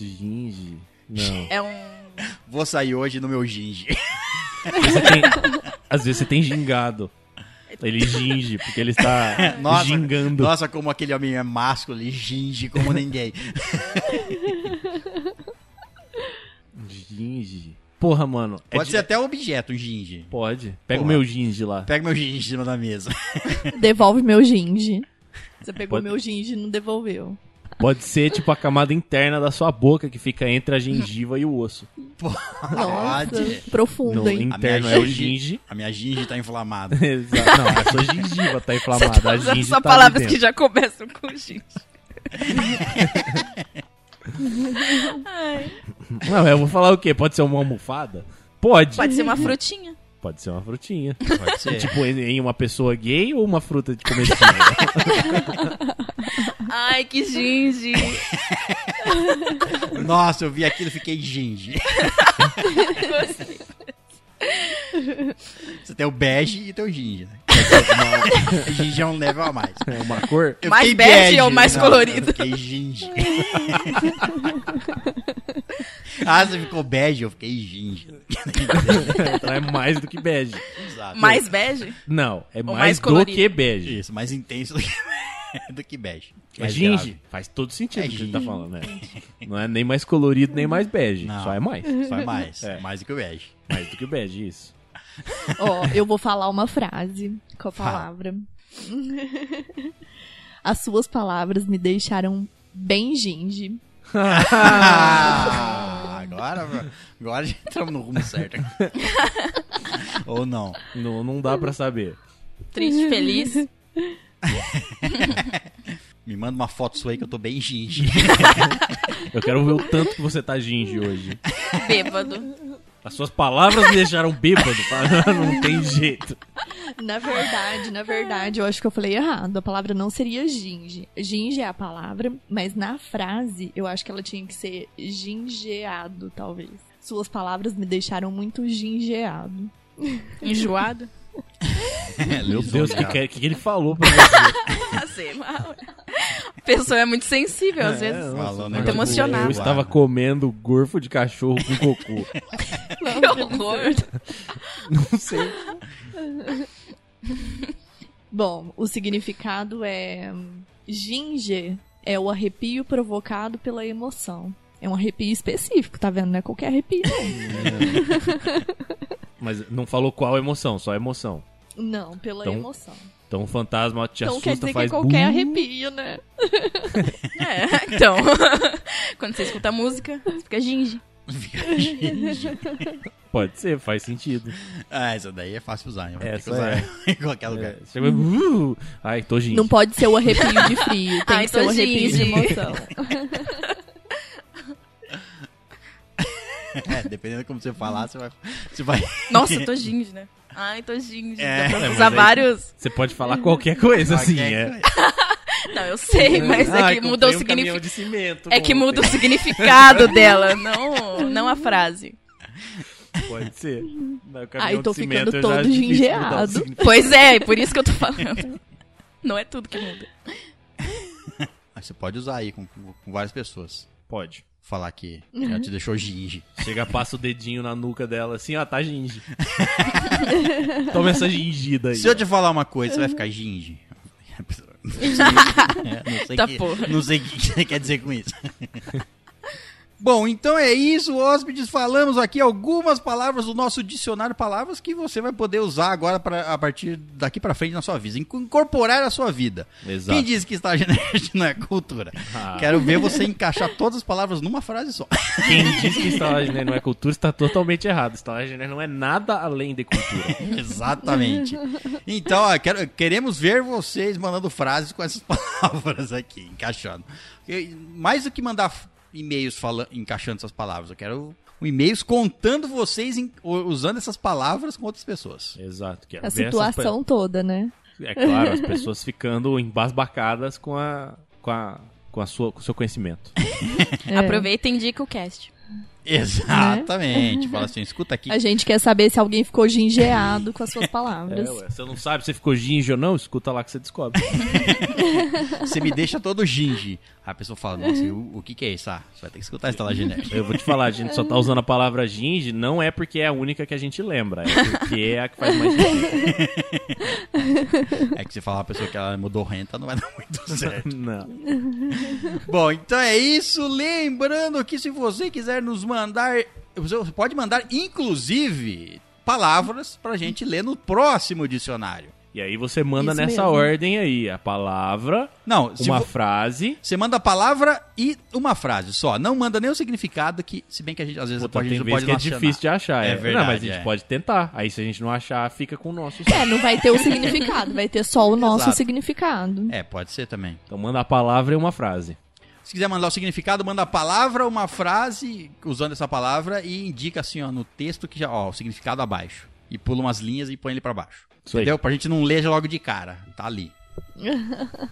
ginge. Ginge. Não. É um. Vou sair hoje no meu ginge. Você tem- Às vezes você tem gingado. Ele ginge, porque ele está Nossa. gingando. Nossa, como aquele homem é másculo, ele ginge como ninguém. Ginge. Porra, mano. é Pode de- ser até um objeto, um ginge. Pode. Pega Porra. o meu ginge lá. Pega meu ginge em cima da mesa. Devolve meu ginge. Você pegou Pode- meu ginge e não devolveu. Pode ser tipo a camada interna da sua boca que fica entre a gengiva e o osso. Nossa, Pode. profundo, No hein? interno A minha é o ginge- ginge. A minha ginge tá inflamada. Exato. Não, a sua gengiva tá inflamada. Você tá a usando ginge só tá palavras ali que dentro. já começam com ginge. Ai, Não, eu vou falar o quê? Pode ser uma almofada? Pode. pode ser uma frutinha. Pode ser uma frutinha. Pode ser. Tipo, em em uma pessoa gay ou uma fruta de comedinha? Ai, que ginge. Nossa, eu vi aquilo e fiquei ginge. Gostei. Você tem o bege e tem o ginge, né? Uma- Ginge é um level a mais. é uma cor? Eu Mais fiquei bege ou mais não, colorido? Eu fiquei ginge. ah, você ficou bege, eu fiquei ginge. Então é mais do que bege. Exato. Mais bege? Não, é mais, mais do colorido. que bege. Isso, mais intenso do que, do que bege. É Mais ginge. grave. Faz todo sentido É o que você tá ginge. falando, né? Não é nem mais colorido, nem mais bege. Não. Só é mais. Só é mais. É. Mais do que o bege. Mais do que o bege, isso. Ó, eu vou falar uma frase com a palavra. As suas palavras me deixaram bem ginge. Ah, agora, agora já entramos no rumo certo. Ou não. Não, não dá pra saber. Triste, feliz. Me manda uma foto sua aí que eu tô bem ginge. Eu quero ver o tanto que você tá ginge hoje. Bêbado. As suas palavras me deixaram bêbado. tá? Não tem jeito. Na verdade, na verdade, eu acho que eu falei errado. A palavra não seria ginge. Ginge é a palavra, mas na frase eu acho que ela tinha que ser gingeado, talvez. Suas palavras me deixaram muito gingeado. Enjoado. Meu Deus, o que, Lisonjeado. que, que ele falou pra você? Passei Tá mal. pessoa é muito sensível, às É, vezes. nossa, Falou um eu- negócio emocionada. Eu estava comendo gorfo de cachorro com cocô. Que horror. Não sei. Bom, o significado é. hum, Ginger é o arrepio provocado pela emoção. É um arrepio específico, tá vendo? Não é qualquer arrepio. Mas não falou qual emoção, só emoção. Não, Não, pela Então, emoção. Então o fantasma te Então quer assusta, dizer que é faz qualquer bum. arrepio, né? É, então. Quando você escuta a música, você fica ginge. Pode ser, faz sentido. Ah, essa daí é fácil usar. Hein? Essa é. em qualquer lugar. É, chega- Uh! Ai, tô gente. Não pode ser o arrepio de frio, tem Ai, que ser o tô arrepio de ginge. emoção. É, dependendo de como você falar, você vai. Você vai... Nossa, tô ginge, né? Ai, tô ginge. É, Dá pra mas usar aí- vários. Você pode falar qualquer coisa, assim, é. Não, eu sei, Hum. mas é Ai, que mudou o comprei um caminhão significado. de cimento É que ontem. muda o significado dela, não, não a frase. Pode ser. Não, o caminhão Ai, tô de cimento, ficando eu já é difícil todo mudar o gingeado. significado. Pois é, é por isso que eu tô falando. Não é tudo que muda. Mas Você pode usar aí com, com- com várias pessoas. Pode. Falar que ela te deixou ginge. Chega, passa o dedinho na nuca dela assim, ó, tá ginge. Toma essa gingida aí. Se eu te falar uma coisa, você vai ficar ginge. É, não sei Tá que- porra. Não sei o que você quer dizer com isso. Bom, então é isso, hóspedes. Falamos aqui algumas palavras do nosso dicionário palavras que você vai poder usar agora pra, a partir daqui pra frente na sua vida, inc- incorporar à sua vida. Exato. Quem diz que está genérgico não é cultura? Ah. Quero ver você encaixar todas as palavras numa frase só. Quem diz que estalagem não é cultura está totalmente errado. Estalagem não é nada além de cultura. Exatamente. Então, ó, quero- queremos ver vocês mandando frases com essas palavras aqui, encaixando. Eu- mais do que mandar f- e-mails fala- encaixando essas palavras, eu quero um e-mails contando vocês em- u- usando essas palavras com outras Né? pessoas. Exato. Quero A ver essas situação toda, né? pe- É claro, as pessoas ficando embasbacadas com a. com a. com a sua, com o seu conhecimento. É. Aproveita e indica o cast. Exatamente. Fala assim, escuta aqui. A gente quer saber se alguém ficou gingeado com as suas É, palavras. ué, você não sabe se ficou ginge ou não, escuta lá que você descobre. Você me deixa todo ginge. A pessoa fala, nossa, o, o que, que é isso? Ah, você vai ter que escutar essa genérica. Eu vou te falar, a gente só tá usando a palavra ginge, não é porque é a única que a gente lembra, é porque é a que faz mais sentido. É que você falar a pessoa que ela mudou renta, não vai dar muito certo. Não. Bom, então é isso. Lembrando que se você quiser nos mandar, você pode mandar inclusive palavras pra gente ler no próximo dicionário. E aí você manda Isso nessa mesmo. ordem aí, a palavra, Não, se uma vo- frase. você manda a palavra e uma frase só. Não manda nem o significado que, se bem que a gente às vezes Puta, a gente tem não vezes pode que é lacionar. difícil de achar. É É, verdade, Não, mas a gente é. pode tentar. Aí se a gente não achar, fica com o nosso. É, não vai ter o significado, vai ter só o nosso Exato. significado. É, pode ser também. Então manda a palavra e uma frase. Se quiser mandar o significado, manda a palavra, uma frase, usando essa palavra e indica assim, ó, no texto que já, ó, o significado abaixo. E pula umas linhas e põe ele pra baixo. Isso aí. Entendeu? Pra gente não ler já logo de cara. Tá ali.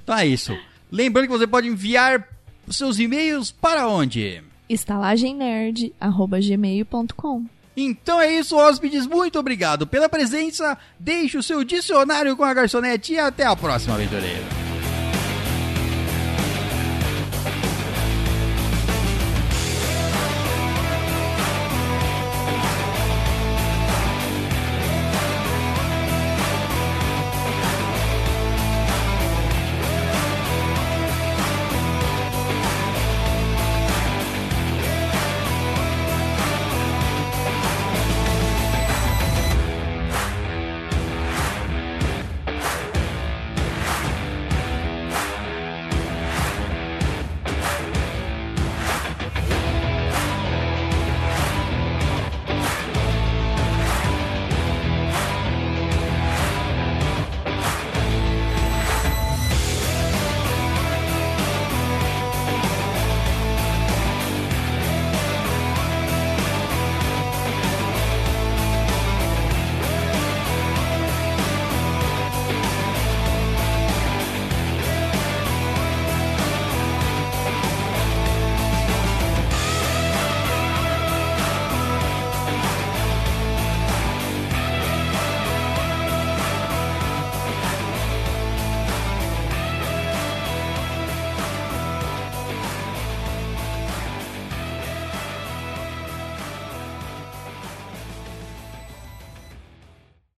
então é isso. Lembrando que você pode enviar os seus e-mails para onde? estalagemnerd.gmail.com Então é isso, hóspedes. Muito obrigado pela presença. Deixe o seu dicionário com a garçonete e até a próxima, aventureiro.